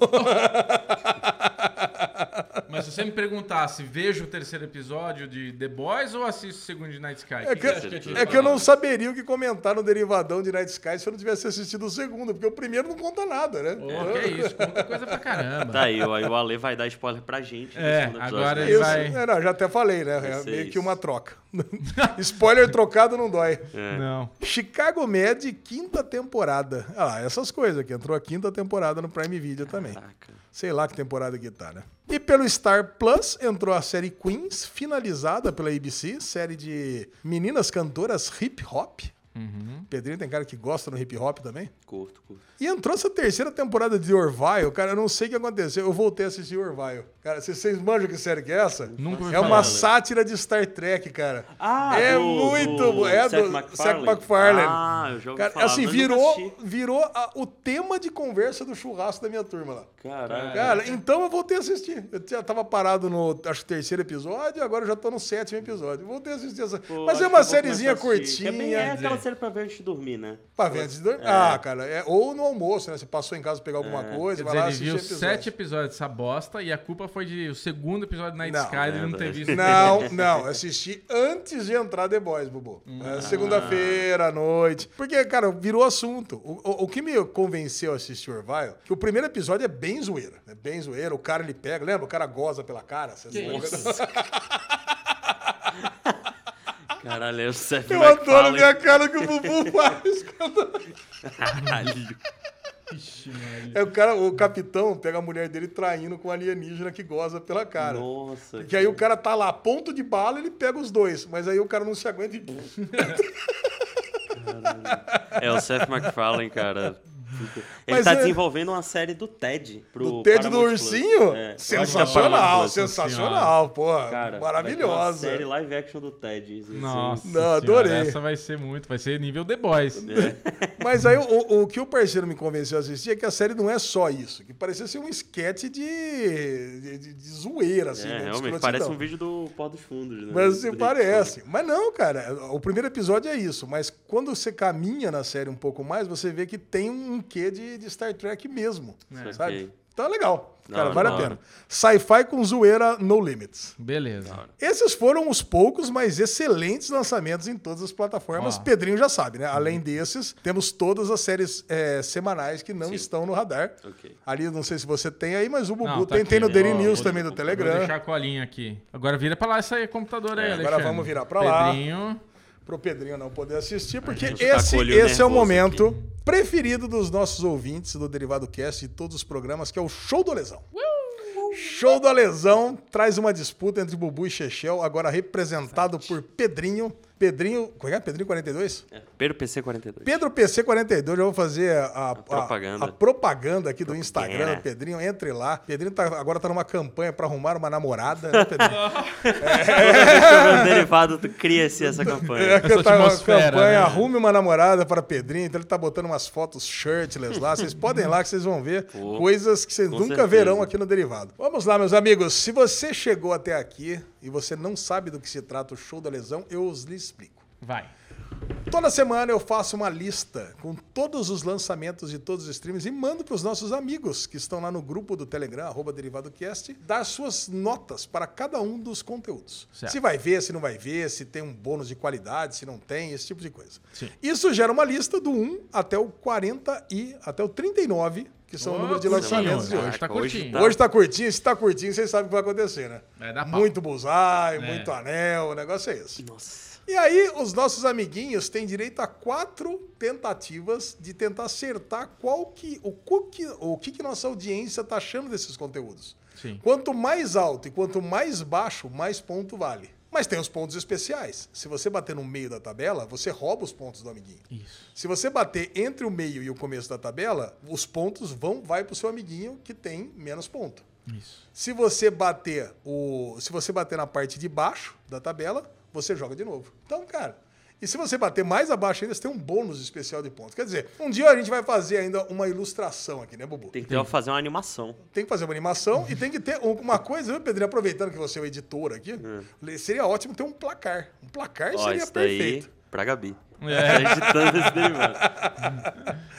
[SPEAKER 2] Mas se você me perguntasse, vejo o terceiro episódio de The Boys ou assisto o segundo de Night Sky?
[SPEAKER 1] É
[SPEAKER 2] Quem
[SPEAKER 1] que,
[SPEAKER 2] você acha
[SPEAKER 1] é
[SPEAKER 2] tinha
[SPEAKER 1] que eu não
[SPEAKER 2] falado?
[SPEAKER 1] saberia o que comentar no derivadão de Night Sky se eu não tivesse assistido o segundo, porque o primeiro não conta nada, né?
[SPEAKER 5] É,
[SPEAKER 2] Ô, que é isso, conta coisa pra caramba.
[SPEAKER 5] Tá aí, ó, e o Ale vai dar spoiler pra gente. no
[SPEAKER 2] É,
[SPEAKER 5] segundo episódio,
[SPEAKER 2] agora
[SPEAKER 5] né?
[SPEAKER 2] ele
[SPEAKER 1] Isso,
[SPEAKER 2] vai-
[SPEAKER 1] é, não, já até falei, né? É
[SPEAKER 5] Vai ser
[SPEAKER 1] meio que
[SPEAKER 5] isso.
[SPEAKER 1] uma troca. Spoiler trocado não dói.
[SPEAKER 2] Não.
[SPEAKER 1] Chicago Med, quinta temporada. Ah, essas coisas aqui. Entrou a quinta temporada no Prime Video também.
[SPEAKER 5] Caraca.
[SPEAKER 1] Sei lá que temporada que tá, né? E pelo Star Plus entrou a série Queens, finalizada pela ABC, série de meninas cantoras hip hop. Pedrinho tem cara que gosta do hip hop também.
[SPEAKER 5] Curto, curto.
[SPEAKER 1] E entrou essa terceira temporada de Orville, cara, eu não sei o que aconteceu. Eu voltei a assistir Orville. Cara, vocês- vocês manjam que série que é essa?
[SPEAKER 2] Nunca ouvi
[SPEAKER 1] é uma
[SPEAKER 2] falar. né?
[SPEAKER 1] sátira de Star Trek, cara.
[SPEAKER 5] Ah,
[SPEAKER 1] é
[SPEAKER 5] do-
[SPEAKER 1] muito
[SPEAKER 5] do
[SPEAKER 1] bo- É
[SPEAKER 5] Seth
[SPEAKER 1] do
[SPEAKER 5] MacFarlane?
[SPEAKER 1] Seth MacFarlane.
[SPEAKER 5] Ah, eu já ouvi
[SPEAKER 1] Cara,
[SPEAKER 5] falar,
[SPEAKER 1] assim,
[SPEAKER 5] mas nunca
[SPEAKER 1] virou,
[SPEAKER 5] assisti.
[SPEAKER 1] virou a- o tema de conversa do churrasco da minha turma lá.
[SPEAKER 5] Caraca.
[SPEAKER 1] Cara, então eu voltei a assistir. Eu já tava parado no, acho, que terceiro episódio, agora eu já tô no sétimo episódio. Eu Voltei a assistir essa.
[SPEAKER 5] Pô,
[SPEAKER 1] Mas é uma
[SPEAKER 5] acho que eu vou começar a
[SPEAKER 1] sériezinha
[SPEAKER 5] assistir.
[SPEAKER 1] curtinha.
[SPEAKER 5] Também é aquela série pra ver antes de dormir, né?
[SPEAKER 1] Pra ver antes de dormir. Ah, cara, é, ou no almoço, né? Você passou em casa pegar alguma coisa,
[SPEAKER 2] Quer
[SPEAKER 1] vai lá
[SPEAKER 2] dizer, ele
[SPEAKER 1] assistir
[SPEAKER 2] viu
[SPEAKER 1] episódio.
[SPEAKER 2] sete episódios dessa bosta e a culpa foi de o segundo episódio de Night
[SPEAKER 1] Não,
[SPEAKER 2] Sky de
[SPEAKER 5] é
[SPEAKER 2] não ter
[SPEAKER 5] verdade.
[SPEAKER 2] visto.
[SPEAKER 1] Não, não, assisti antes de entrar The Boys, Bubu.
[SPEAKER 2] Ah.
[SPEAKER 1] É, Segunda-feira à noite. Porque, cara, virou assunto. O, o- o que me convenceu a assistir Orville, que o primeiro episódio é bem zoeira. É bem zoeira, o cara ele pega, lembra? O cara goza pela cara. Vocês
[SPEAKER 2] Que
[SPEAKER 1] lembram?
[SPEAKER 2] isso?
[SPEAKER 5] Caralho, é o Seth
[SPEAKER 1] Eu
[SPEAKER 5] MacFarlane.
[SPEAKER 1] adoro ver a cara que o Bubu faz. quando-
[SPEAKER 5] Caralho.
[SPEAKER 1] É o cara, o capitão pega a mulher dele traindo com um alienígena que goza pela cara.
[SPEAKER 5] Nossa.
[SPEAKER 1] Que aí o cara tá lá, ponto de bala, ele pega os dois. Mas aí o cara não se aguenta e.
[SPEAKER 5] É o Seth MacFarlane, cara. Ele
[SPEAKER 1] Mas
[SPEAKER 5] tá
[SPEAKER 1] é-
[SPEAKER 5] desenvolvendo uma série do Ted. Pro
[SPEAKER 1] Do Ted do
[SPEAKER 5] Paramount Plus.
[SPEAKER 1] Ursinho?
[SPEAKER 5] É. né?
[SPEAKER 1] Sensacional,
[SPEAKER 5] Nossa senhora.
[SPEAKER 1] sensacional, porra.
[SPEAKER 5] Cara, vai ter uma
[SPEAKER 1] maravilhosa.
[SPEAKER 5] série live action do Ted. assim,
[SPEAKER 2] Nossa,
[SPEAKER 1] Não,
[SPEAKER 2] adorei.
[SPEAKER 1] adorei.
[SPEAKER 2] Essa vai ser muito, vai ser nível The Boys.
[SPEAKER 5] É,
[SPEAKER 1] Mas aí o, o que o parceiro me convenceu a assistir é que a série não é só isso. Que parecia ser um esquete de, de, de- de zoeira,
[SPEAKER 5] É,
[SPEAKER 1] assim. né, de
[SPEAKER 5] realmente,
[SPEAKER 1] escrotidão.
[SPEAKER 5] parece um vídeo do Pó dos Fundos, né?
[SPEAKER 1] Mas se
[SPEAKER 5] Do-
[SPEAKER 1] parece. Mas não, cara. O primeiro episódio é isso. Mas quando você caminha na série um pouco mais, você vê que tem um quê de, de Star Trek mesmo. Sabe?
[SPEAKER 5] Saquei.
[SPEAKER 1] Então é legal.
[SPEAKER 5] Da
[SPEAKER 1] Cara,
[SPEAKER 5] hora,
[SPEAKER 1] vale
[SPEAKER 5] da
[SPEAKER 1] a
[SPEAKER 5] hora.
[SPEAKER 1] pena. Sci-fi com zoeira No Limits.
[SPEAKER 2] Beleza.
[SPEAKER 1] Esses foram os poucos, mas excelentes lançamentos em todas as plataformas.
[SPEAKER 2] Ó.
[SPEAKER 1] Pedrinho já sabe, né? Além desses, temos todas as séries é, semanais que não
[SPEAKER 5] Sim.
[SPEAKER 1] estão no radar.
[SPEAKER 5] Ok.
[SPEAKER 1] Ali, não sei se você tem aí, mas o Bubu
[SPEAKER 2] Não, tá
[SPEAKER 1] tem,
[SPEAKER 2] aqui,
[SPEAKER 1] tem no
[SPEAKER 2] né?
[SPEAKER 1] Daily
[SPEAKER 2] Ó,
[SPEAKER 1] News
[SPEAKER 2] vou-
[SPEAKER 1] também, no Telegram.
[SPEAKER 2] Vou deixar com a linha aqui. Agora vira pra lá essa aí, computadora aí,
[SPEAKER 5] É,
[SPEAKER 1] agora
[SPEAKER 2] Alexandre.
[SPEAKER 1] vamos virar pra lá.
[SPEAKER 2] Pedrinho.
[SPEAKER 1] Pro Pedrinho não poder assistir, porque
[SPEAKER 5] gente tá
[SPEAKER 1] esse,
[SPEAKER 5] com o olho
[SPEAKER 1] esse é o
[SPEAKER 5] nervoso
[SPEAKER 1] momento preferido dos nossos ouvintes do Derivado Cast e todos os programas, que é o Show do Lesão. Show da Lesão traz uma disputa entre Bubu e Chechel, agora representado por Pedrinho. Pedrinho. Como é que é? Pedrinho 42?
[SPEAKER 5] É, Pedro PC 42.
[SPEAKER 1] Pedro PC 42, já vou fazer a, a-
[SPEAKER 5] propaganda.
[SPEAKER 1] a propaganda aqui do Instagram
[SPEAKER 5] Propaganda.
[SPEAKER 1] do Pedrinho. Entre lá. Pedrinho tá- agora tá numa campanha pra arrumar uma namorada, né, Pedrinho?
[SPEAKER 5] Programa derivado, tu cria-se essa campanha.
[SPEAKER 1] que tá numa
[SPEAKER 2] atmosfera,
[SPEAKER 1] campanha,
[SPEAKER 2] né?
[SPEAKER 1] arrume uma namorada para Pedrinho. Então ele tá botando umas fotos shirtless lá. Vocês podem ir lá que vocês vão ver
[SPEAKER 5] Pô,
[SPEAKER 1] coisas que vocês
[SPEAKER 5] com
[SPEAKER 1] nunca
[SPEAKER 5] certeza.
[SPEAKER 1] verão aqui no Derivado. Vamos lá, meus amigos. Se você chegou até aqui e você não sabe do que se trata o show da lesão, eu os lhe explico.
[SPEAKER 2] Vai.
[SPEAKER 1] Toda semana eu faço uma lista com todos os lançamentos de todos os streams e mando para os nossos amigos que estão lá no grupo do Telegram, arroba DerivadoCast, dar suas notas para cada um dos conteúdos.
[SPEAKER 2] Certo.
[SPEAKER 1] Se vai ver, se não vai ver, se tem um bônus de qualidade, se não tem, esse tipo de coisa.
[SPEAKER 2] Sim.
[SPEAKER 1] Isso gera uma lista do 1 até o 40 e até o 39, que são o número de
[SPEAKER 2] Ô,
[SPEAKER 1] lançamentos de
[SPEAKER 2] senhor,
[SPEAKER 1] hoje.
[SPEAKER 2] Hoje tá É. curtinho.
[SPEAKER 5] tá-
[SPEAKER 1] Hoje tá curtinho, se tá curtinho, vocês sabem o que vai acontecer, né?
[SPEAKER 2] Vai dar pau.
[SPEAKER 1] muito
[SPEAKER 2] É.
[SPEAKER 1] bullseye, muito anel, o negócio é esse.
[SPEAKER 5] Nossa.
[SPEAKER 1] E aí, os nossos amiguinhos têm direito a quatro tentativas de tentar acertar qual que, o, cu que, o que, que nossa audiência tá achando desses conteúdos.
[SPEAKER 2] Sim.
[SPEAKER 1] Quanto mais alto e quanto mais baixo, mais ponto vale. Mas tem os pontos especiais. Se você bater no meio da tabela, você rouba os pontos do amiguinho.
[SPEAKER 2] Isso.
[SPEAKER 1] Se você bater entre o meio e o começo da tabela, os pontos vão vai pro seu amiguinho que tem menos ponto.
[SPEAKER 2] Isso.
[SPEAKER 1] Se você bater o, se você bater na parte de baixo da tabela, você joga de novo. Então, cara, e se você bater mais abaixo ainda, você tem um bônus especial de pontos. Quer dizer, um dia a gente vai fazer ainda uma ilustração aqui, né, Bubu?
[SPEAKER 5] Tem que ter, fazer uma animação.
[SPEAKER 1] Tem que fazer uma animação e tem que ter um, uma coisa, viu, Pedrinho? Aproveitando que você é o editor aqui, seria ótimo ter um placar. Um placar
[SPEAKER 5] Hum. Ó,
[SPEAKER 1] seria
[SPEAKER 5] isso daí
[SPEAKER 1] perfeito.
[SPEAKER 5] pra Gabi. Tá
[SPEAKER 2] É,
[SPEAKER 5] editando esse derivado.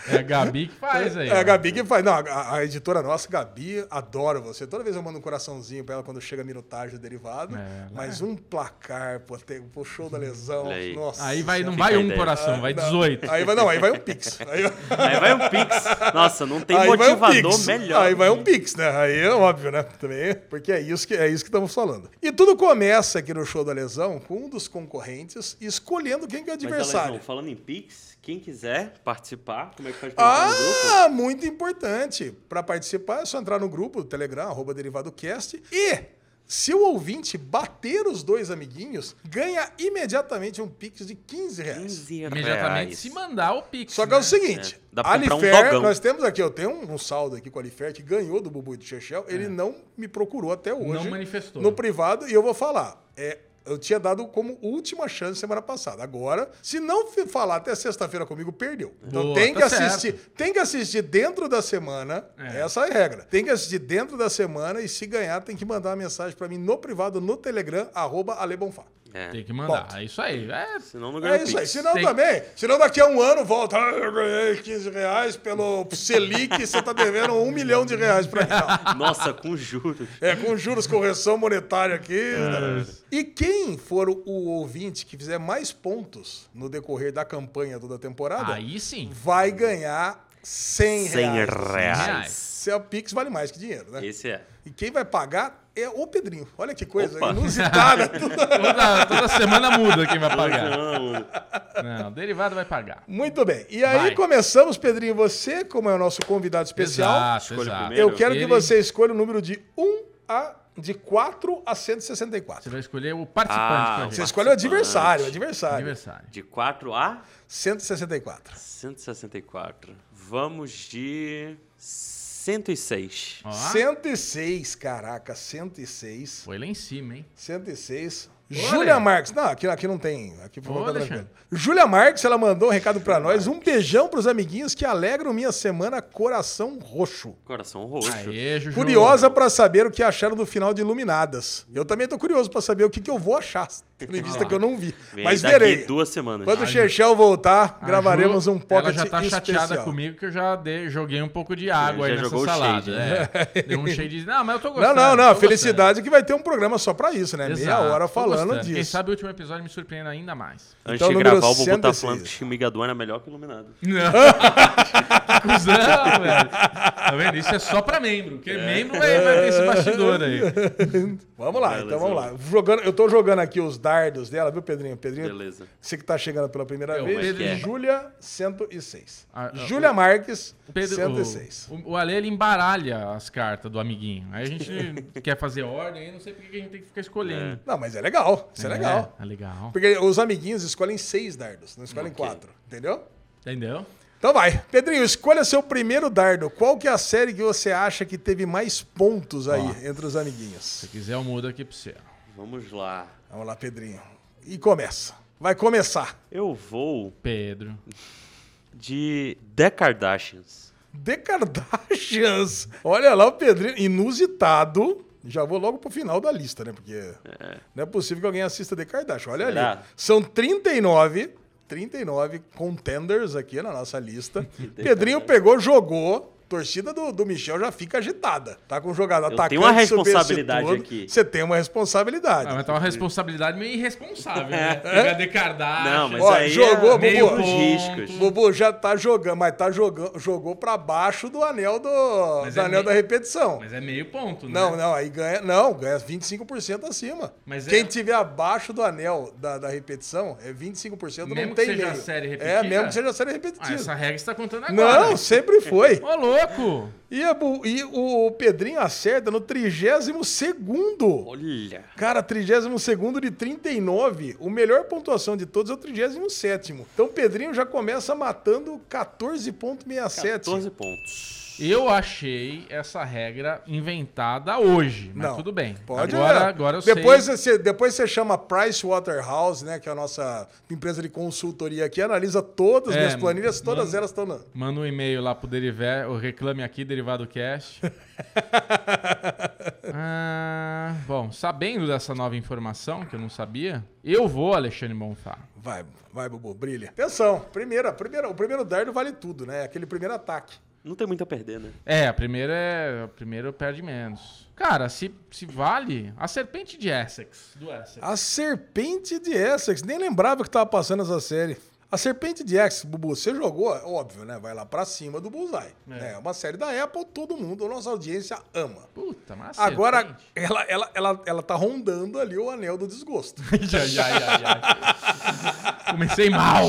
[SPEAKER 2] é a Gabi que faz aí.
[SPEAKER 1] É, a
[SPEAKER 2] ó.
[SPEAKER 1] Gabi que faz. Não, a, a editora nossa, Gabi, adoro você. Toda vez eu mando um coraçãozinho pra ela quando chega a minutagem do derivado.
[SPEAKER 2] É,
[SPEAKER 1] mas um placar pro, te- pro show da lesão.
[SPEAKER 5] Olha aí.
[SPEAKER 1] Nossa.
[SPEAKER 2] Aí vai, não
[SPEAKER 1] senhora.
[SPEAKER 2] vai
[SPEAKER 5] Fica a
[SPEAKER 2] um
[SPEAKER 5] ideia.
[SPEAKER 2] coração, vai
[SPEAKER 1] É, Não,
[SPEAKER 2] 18.
[SPEAKER 1] Aí vai, não, aí vai um pix. Aí,
[SPEAKER 5] Aí vai o Pix. Nossa, não tem
[SPEAKER 1] aí vai um
[SPEAKER 5] motivador
[SPEAKER 1] pix.
[SPEAKER 5] melhor.
[SPEAKER 1] Aí vai um pix, né? Aí é óbvio, né? Também, porque é isso que é isso que estamos falando. E tudo começa aqui no show da lesão com um dos concorrentes escolhendo quem que é o
[SPEAKER 5] Mas,
[SPEAKER 1] adversário.
[SPEAKER 5] Alezão, falando em Pix, quem quiser participar, como é que faz pra entrar no grupo?
[SPEAKER 1] Ah, muito importante. Para participar é só entrar no grupo do Telegram, arroba DerivadoCast. E se o ouvinte bater os dois amiguinhos, ganha imediatamente um pix de 15 reais.
[SPEAKER 5] 15 reais.
[SPEAKER 2] Imediatamente se mandar o Pix.
[SPEAKER 1] Só que é o
[SPEAKER 2] né?
[SPEAKER 1] seguinte,
[SPEAKER 5] É, dá pra comprar um
[SPEAKER 1] Alifer,
[SPEAKER 5] dogão.
[SPEAKER 1] nós temos aqui, eu tenho um, um saldo aqui com a Alifer que ganhou do Bubu e do Chechel,
[SPEAKER 5] É.
[SPEAKER 1] ele não me procurou até hoje.
[SPEAKER 2] Não manifestou. né?
[SPEAKER 1] No privado, e eu vou falar, é, eu tinha dado como última chance semana passada. Agora, se não fi- falar até sexta-feira comigo, perdeu. Então
[SPEAKER 2] Boa,
[SPEAKER 1] tem que
[SPEAKER 2] tá
[SPEAKER 1] assistir, tem que assistir dentro da semana,
[SPEAKER 2] É.
[SPEAKER 1] essa é a regra. Tem que assistir dentro da semana e se ganhar tem que mandar uma mensagem pra mim no privado, no Telegram, arroba Alebonfá.
[SPEAKER 5] É,
[SPEAKER 2] Tem que mandar. É isso aí. É,
[SPEAKER 5] Senão não ganha
[SPEAKER 1] É isso aí.
[SPEAKER 5] Pix.
[SPEAKER 1] Senão
[SPEAKER 2] Tem-
[SPEAKER 1] também, senão daqui a um ano volta. Ah, eu ganhei 15 reais pelo Selic, você tá devendo um milhão de reais pra mim. Não.
[SPEAKER 5] Nossa, com juros.
[SPEAKER 1] É, com juros, correção monetária aqui.
[SPEAKER 2] É
[SPEAKER 1] né? E quem for o o ouvinte que fizer mais pontos no decorrer da campanha toda a temporada,
[SPEAKER 2] aí sim.
[SPEAKER 1] vai ganhar 100
[SPEAKER 5] 100
[SPEAKER 1] reais.
[SPEAKER 5] reais.
[SPEAKER 1] Se é o Pix, vale mais que dinheiro, né?
[SPEAKER 5] Esse é.
[SPEAKER 1] E quem vai pagar é o Pedrinho. Olha que coisa
[SPEAKER 5] Opa.
[SPEAKER 1] inusitada.
[SPEAKER 2] Toda, toda semana muda quem vai pagar.
[SPEAKER 5] Não,
[SPEAKER 2] Não, o derivado vai pagar.
[SPEAKER 1] Muito bem. E aí
[SPEAKER 2] Vai.
[SPEAKER 1] começamos, Pedrinho, você, como é o nosso convidado especial.
[SPEAKER 2] Exato,
[SPEAKER 5] Escolha
[SPEAKER 2] exato.
[SPEAKER 5] primeiro.
[SPEAKER 1] Eu quero que
[SPEAKER 2] Ele-
[SPEAKER 1] você escolha o número de 1 a. de 4 a
[SPEAKER 2] Você
[SPEAKER 1] 164.
[SPEAKER 2] vai escolher o participante
[SPEAKER 5] Ah,
[SPEAKER 2] com a
[SPEAKER 5] o
[SPEAKER 1] Você
[SPEAKER 2] gente.
[SPEAKER 1] escolhe o adversário, o adversário.
[SPEAKER 2] Aniversário.
[SPEAKER 5] de 4 a
[SPEAKER 1] 164.
[SPEAKER 5] 164. Vamos de 106.
[SPEAKER 2] Ó,
[SPEAKER 1] 106, caraca, 106.
[SPEAKER 2] foi lá em cima, hein?
[SPEAKER 1] 106.
[SPEAKER 2] Olha.
[SPEAKER 1] Júlia Marques. Não, aqui, aqui não tem. Aqui por
[SPEAKER 2] Ô,
[SPEAKER 1] favor, tá
[SPEAKER 2] Alexandre.
[SPEAKER 1] tranquilo. Júlia Marques, ela mandou um recado pra nós. Um beijão pros amiguinhos que alegram minha semana Coração Roxo.
[SPEAKER 5] Coração roxo.
[SPEAKER 2] Aê, Juju.
[SPEAKER 1] Curiosa pra saber o que acharam do final de Iluminadas. Eu também tô curioso pra saber o que, que eu vou achar. Tendo em vista que eu não vi.
[SPEAKER 5] Vem
[SPEAKER 1] Mas
[SPEAKER 5] daqui
[SPEAKER 1] verei.
[SPEAKER 5] duas semanas.
[SPEAKER 1] Quando o Chechel voltar,
[SPEAKER 2] A
[SPEAKER 1] gravaremos
[SPEAKER 2] Ju,
[SPEAKER 1] um pocket
[SPEAKER 2] Ela já tá
[SPEAKER 1] especial.
[SPEAKER 2] chateada comigo que eu já dei- joguei um pouco de água
[SPEAKER 5] Já
[SPEAKER 2] aí nessa
[SPEAKER 5] jogou o
[SPEAKER 2] salada.
[SPEAKER 5] shade,
[SPEAKER 2] é. Deu um shade de... Não, mas eu tô
[SPEAKER 1] né? Não,
[SPEAKER 2] gostando.
[SPEAKER 1] não, não.
[SPEAKER 2] tô
[SPEAKER 1] Felicidade que vai ter um programa só pra isso, né?
[SPEAKER 2] gostando.
[SPEAKER 1] Meia
[SPEAKER 2] Exato,
[SPEAKER 1] hora
[SPEAKER 2] tô
[SPEAKER 1] falando
[SPEAKER 2] gostando.
[SPEAKER 1] disso.
[SPEAKER 2] Quem sabe o último episódio me surpreende ainda mais.
[SPEAKER 5] Antes
[SPEAKER 1] Então,
[SPEAKER 5] de
[SPEAKER 1] número
[SPEAKER 5] gravar, o Bubu tá
[SPEAKER 1] 106.
[SPEAKER 5] falando que Chimigadon era melhor que Iluminado.
[SPEAKER 2] Não. Que Cusão, velho. Tá vendo? Isso é só pra membro. Porque membro vai, vai ter esse bastidor aí.
[SPEAKER 1] Vamos lá,
[SPEAKER 5] Vai,
[SPEAKER 1] então
[SPEAKER 5] Lesão.
[SPEAKER 1] vamos lá. Jogando, eu tô jogando aqui os dardos dela, viu, Pedrinho? Pedrinho,
[SPEAKER 5] Beleza.
[SPEAKER 1] você que tá chegando pela primeira
[SPEAKER 2] Eu,
[SPEAKER 1] vez.
[SPEAKER 2] Pedrinho.
[SPEAKER 1] Júlia 106.
[SPEAKER 2] Ah, ah,
[SPEAKER 1] Júlia Marques,
[SPEAKER 2] Pedro,
[SPEAKER 1] 106.
[SPEAKER 2] O, o Ale, ele embaralha as cartas do amiguinho. Aí a gente quer fazer ordem, aí não sei por que que a gente tem que ficar escolhendo.
[SPEAKER 1] Não, mas é legal. Isso é, legal.
[SPEAKER 2] É, legal.
[SPEAKER 1] Porque os amiguinhos escolhem seis dardos, não escolhem quatro. Entendeu?
[SPEAKER 2] Entendeu?
[SPEAKER 1] Então vai. Pedrinho, escolha seu primeiro dardo. Qual que é a série que você acha que teve mais pontos aí entre os amiguinhos?
[SPEAKER 2] Se quiser, eu mudo aqui pra você.
[SPEAKER 5] Vamos lá.
[SPEAKER 1] Vamos lá, Pedrinho. E começa. Vai começar.
[SPEAKER 5] Eu vou
[SPEAKER 2] Pedro.
[SPEAKER 5] de The Kardashians.
[SPEAKER 1] The Kardashians. Olha lá o Pedrinho, inusitado. Já vou logo pro final da lista, né? Porque não é possível que alguém assista The Kardashian. Olha
[SPEAKER 5] Será?
[SPEAKER 1] ali. São 39, 39 contenders aqui na nossa lista. Pedrinho pegou, jogou. Torcida do, do Michel já fica agitada. Tá com jogada atacante.
[SPEAKER 5] tenho uma
[SPEAKER 1] subversivo
[SPEAKER 5] responsabilidade
[SPEAKER 1] todo.
[SPEAKER 5] aqui.
[SPEAKER 1] Você tem uma responsabilidade.
[SPEAKER 2] Ah, mas tá uma responsabilidade meio irresponsável,
[SPEAKER 1] É?
[SPEAKER 2] né? Pegar de Kardashian.
[SPEAKER 5] Não, mas
[SPEAKER 1] Ó,
[SPEAKER 5] aí
[SPEAKER 1] jogou,
[SPEAKER 5] é
[SPEAKER 1] Bubu.
[SPEAKER 5] meio os
[SPEAKER 2] Ponto.
[SPEAKER 5] riscos.
[SPEAKER 1] Bobo já tá jogando, mas tá jogando, jogou pra baixo do anel do, do
[SPEAKER 2] é
[SPEAKER 1] anel
[SPEAKER 2] meio-
[SPEAKER 1] da repetição.
[SPEAKER 2] Mas é meio ponto, né?
[SPEAKER 1] Não, não, aí ganha. Não, ganha 25% acima.
[SPEAKER 2] Mas é-
[SPEAKER 1] Quem tiver abaixo do anel da, da repetição é 25%,
[SPEAKER 2] Mesmo
[SPEAKER 1] não
[SPEAKER 2] que
[SPEAKER 1] tem
[SPEAKER 2] seja
[SPEAKER 1] meio.
[SPEAKER 2] a série
[SPEAKER 1] É,
[SPEAKER 2] repetida?
[SPEAKER 1] mesmo que seja a série
[SPEAKER 2] Ah, essa
[SPEAKER 1] repetida.
[SPEAKER 2] regra está contando agora.
[SPEAKER 1] não, sempre foi.
[SPEAKER 2] Ô, louco!
[SPEAKER 1] E, a Bu- e o Pedrinho acerta no 32.
[SPEAKER 5] Olha.
[SPEAKER 1] Cara, 32 de 39. O melhor pontuação de todos é o 37. Então o Pedrinho já começa matando 14,67.
[SPEAKER 5] 14 pontos.
[SPEAKER 2] Eu achei essa regra inventada hoje, mas
[SPEAKER 1] Não.
[SPEAKER 2] tudo bem.
[SPEAKER 1] Pode
[SPEAKER 2] agora,
[SPEAKER 1] olhar.
[SPEAKER 2] agora eu
[SPEAKER 1] depois
[SPEAKER 2] sei.
[SPEAKER 1] Você, depois você chama Price Waterhouse, né? Que é a nossa empresa de consultoria aqui, analisa todas as
[SPEAKER 2] É,
[SPEAKER 1] minhas planilhas, todas
[SPEAKER 2] mano.
[SPEAKER 1] elas estão na.
[SPEAKER 2] Manda um e-mail lá pro Derivé, ou reclame aqui, Derivado Cast. ah, bom, sabendo dessa nova informação, que eu não sabia, eu vou, Alexandre Bonfá.
[SPEAKER 1] Vai, vai, Bubu, brilha. Atenção, primeira, primeira, o primeiro dardo vale tudo, né? Aquele primeiro ataque.
[SPEAKER 5] Não tem muito a perder, né?
[SPEAKER 2] É, a primeira é. A primeira perde menos. Cara, se, se vale. A serpente de Essex. Do Essex.
[SPEAKER 1] A Serpente de Essex. Nem lembrava que tava passando essa série. A Serpente de Essex, Bubu, você jogou, é óbvio, né? Vai lá pra cima do Bullseye. né? É uma série da Apple, todo mundo, a nossa audiência ama.
[SPEAKER 2] Puta, mas. a
[SPEAKER 1] Agora,
[SPEAKER 2] serpente-
[SPEAKER 1] ela, ela, ela, ela tá rondando ali o anel do desgosto.
[SPEAKER 2] Ai, ai, ai, ai. Comecei mal.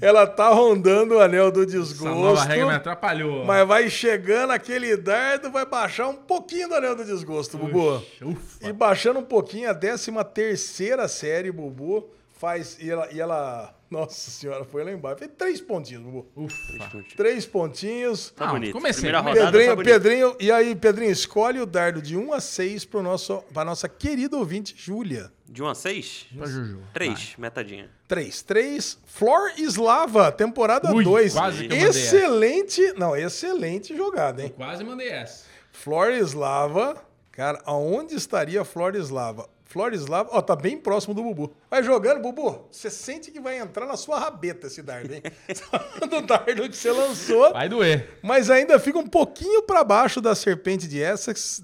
[SPEAKER 1] ela tá rondando o anel do
[SPEAKER 2] Essa nova
[SPEAKER 1] desgosto.
[SPEAKER 2] regra é me atrapalhou.
[SPEAKER 1] Mas vai chegando aquele dardo, vai baixar um pouquinho do anel do desgosto, Bubu.
[SPEAKER 2] Ufa.
[SPEAKER 1] E baixando um pouquinho, a 13 terceira série, Bubu, faz. E ela, e ela- Nossa senhora, foi lá embaixo. Fez três pontinhos, Bubu. Tá
[SPEAKER 2] Ufa.
[SPEAKER 1] Três pontinhos.
[SPEAKER 5] Tá
[SPEAKER 2] Não,
[SPEAKER 5] bonito.
[SPEAKER 2] comecei,
[SPEAKER 5] Primeira
[SPEAKER 2] comecei.
[SPEAKER 5] rodada tá
[SPEAKER 1] Pedrinho,
[SPEAKER 5] bonita.
[SPEAKER 1] Pedrinho, e aí, Pedrinho, escolhe o dardo de 1 a 6 pro nosso, pra nossa querida ouvinte, Júlia.
[SPEAKER 5] De 1 a 6?
[SPEAKER 2] Pra Juju.
[SPEAKER 5] 3, metadinha.
[SPEAKER 1] 3, 3. Flor Slava, temporada
[SPEAKER 2] Ui,
[SPEAKER 1] 2.
[SPEAKER 2] quase que eu mandei essa.
[SPEAKER 1] Excelente. Não, excelente jogada, hein?
[SPEAKER 2] Quase mandei essa.
[SPEAKER 1] Florislava. Cara, aonde estaria Florislava? Florislava, ó, tá bem próximo do Bubu. Vai jogando, Bubu. Você sente que vai entrar na sua rabeta esse dardo, hein? do dardo que você lançou.
[SPEAKER 2] Vai doer.
[SPEAKER 1] Mas ainda fica um pouquinho pra baixo da Serpente de Essex.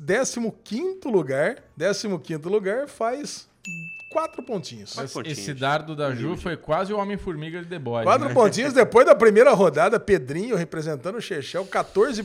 [SPEAKER 1] 15 lugar. 15 lugar faz quatro pontinhos.
[SPEAKER 5] Mas- pontinhos.
[SPEAKER 2] Esse dardo da Ju foi quase o Homem-Formiga de The Boys.
[SPEAKER 1] Quatro
[SPEAKER 2] né?
[SPEAKER 1] pontinhos depois da primeira rodada, Pedrinho representando o Chechel,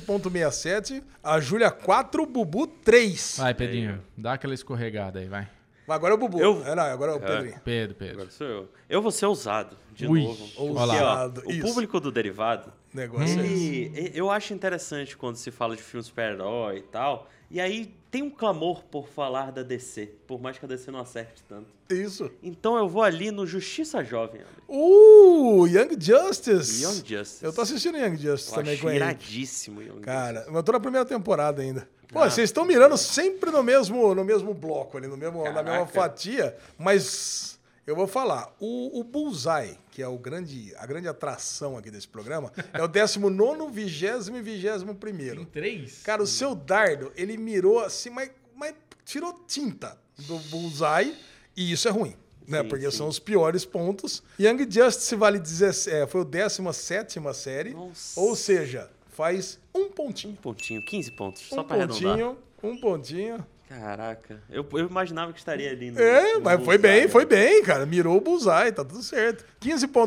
[SPEAKER 1] 14,67. A Júlia 4, Bubu 3.
[SPEAKER 2] Vai, Pedrinho. Dá aquela escorregada aí, vai.
[SPEAKER 1] Mas agora é o Bubu.
[SPEAKER 5] Eu-
[SPEAKER 1] É, não, agora é o Pedrinho.
[SPEAKER 2] Pedro, Pedro.
[SPEAKER 5] Agora sou eu. Eu vou ser ousado, de
[SPEAKER 2] Ui,
[SPEAKER 5] novo. Porque,
[SPEAKER 1] ousado,
[SPEAKER 5] ó, o
[SPEAKER 1] isso.
[SPEAKER 5] público do Derivado,
[SPEAKER 1] Negócio é esse.
[SPEAKER 5] ele, e- eu acho interessante quando se fala de filme super-herói e tal, e aí tem um clamor por falar da DC, por mais que a DC não acerte tanto.
[SPEAKER 1] Isso.
[SPEAKER 5] Então eu vou ali no Justiça Jovem, André.
[SPEAKER 1] Uh, Young Justice.
[SPEAKER 5] Young Justice.
[SPEAKER 1] Eu tô assistindo Young Justice
[SPEAKER 5] Eu
[SPEAKER 1] também é
[SPEAKER 5] acho
[SPEAKER 1] com ele.
[SPEAKER 5] iradíssimo, Young
[SPEAKER 1] Cara, eu tô na primeira temporada ainda. Pô, vocês estão mirando sempre no mesmo, no mesmo bloco ali, no mesmo, na mesma
[SPEAKER 5] Caraca.
[SPEAKER 1] fatia, mas eu vou falar, o, o Bullseye, que é o grande, a grande atração aqui desse programa, é o 19, 20 e 21
[SPEAKER 2] Três?
[SPEAKER 1] Cara, o seu dardo, ele mirou assim, mas, mas tirou tinta do bullseye, e isso é ruim. Né?
[SPEAKER 5] Sim,
[SPEAKER 1] Porque
[SPEAKER 5] sim.
[SPEAKER 1] são os piores pontos. Young Justice vale 17, é, foi o 17 série.
[SPEAKER 5] Nossa.
[SPEAKER 1] Ou seja, faz um pontinho.
[SPEAKER 5] Um pontinho, 15 pontos,
[SPEAKER 1] Um
[SPEAKER 5] só pra arredondar.
[SPEAKER 1] pontinho, um pontinho.
[SPEAKER 5] Caraca, eu, eu imaginava que estaria ali. No,
[SPEAKER 1] É,
[SPEAKER 5] no
[SPEAKER 1] mas foi
[SPEAKER 5] Hum, um Bullseye. né?
[SPEAKER 1] bem, foi bem, cara. Mirou o bullseye, tá tudo certo.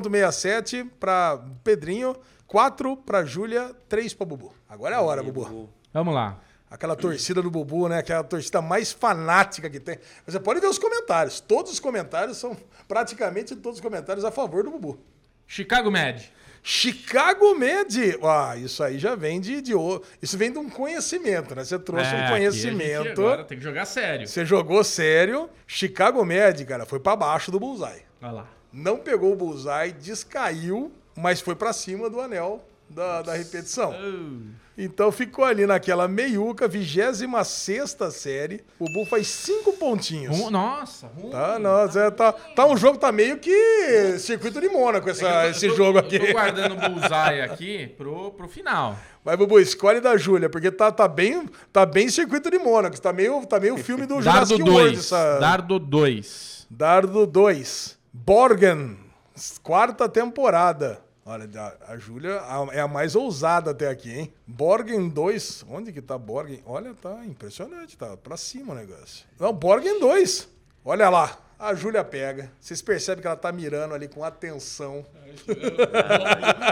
[SPEAKER 1] 15,67 pra Pedrinho, 4 pra Júlia, 3 pra Bubu. Agora é a hora, Bubu.
[SPEAKER 2] Vamos lá.
[SPEAKER 1] Aquela torcida do Bubu, né? Aquela torcida mais fanática que tem. Você pode ver os comentários. Todos os comentários são praticamente todos os comentários a favor do Bubu.
[SPEAKER 2] Chicago Med.
[SPEAKER 1] Chicago Med. Ah, isso aí já vem de, de. o- Isso vem de um conhecimento, né? Você trouxe
[SPEAKER 2] É,
[SPEAKER 1] um
[SPEAKER 2] aqui a gente
[SPEAKER 1] conhecimento.
[SPEAKER 2] Agora tem que jogar sério.
[SPEAKER 1] Você jogou sério. Chicago Med, cara, foi pra baixo do Bullseye.
[SPEAKER 2] Olha lá.
[SPEAKER 1] Não pegou o Bullseye, descaiu, mas foi pra cima do anel da, da repetição. Então ficou ali naquela meiuca, 26 série. O Bull faz cinco pontinhos.
[SPEAKER 2] Rum- nossa, rum.
[SPEAKER 1] Tá, nossa, é, tá, tá um jogo, tá meio que circuito de Mônaco essa,
[SPEAKER 2] É Eu tô-
[SPEAKER 1] esse
[SPEAKER 2] eu tô-
[SPEAKER 1] jogo aqui.
[SPEAKER 2] Eu tô guardando o bullseye aqui pro, pro final.
[SPEAKER 1] Mas, Bubu, escolhe da Júlia, porque tá, tá, bem, tá bem circuito de Mônaco. Tá meio, tá meio filme do
[SPEAKER 2] Dardo
[SPEAKER 1] Jurassic World.
[SPEAKER 2] 2.
[SPEAKER 1] Essa...
[SPEAKER 2] Dardo 2.
[SPEAKER 1] Dardo 2. Borgen. Quarta temporada. Olha, a- a Júlia a- é a mais ousada até aqui, hein? Borgen 2. Onde que tá Borgen? Olha, tá impressionante. Tá pra cima o negócio. Não, Borgen 2. Olha lá. A Júlia pega. Vocês percebem que ela tá mirando ali com atenção.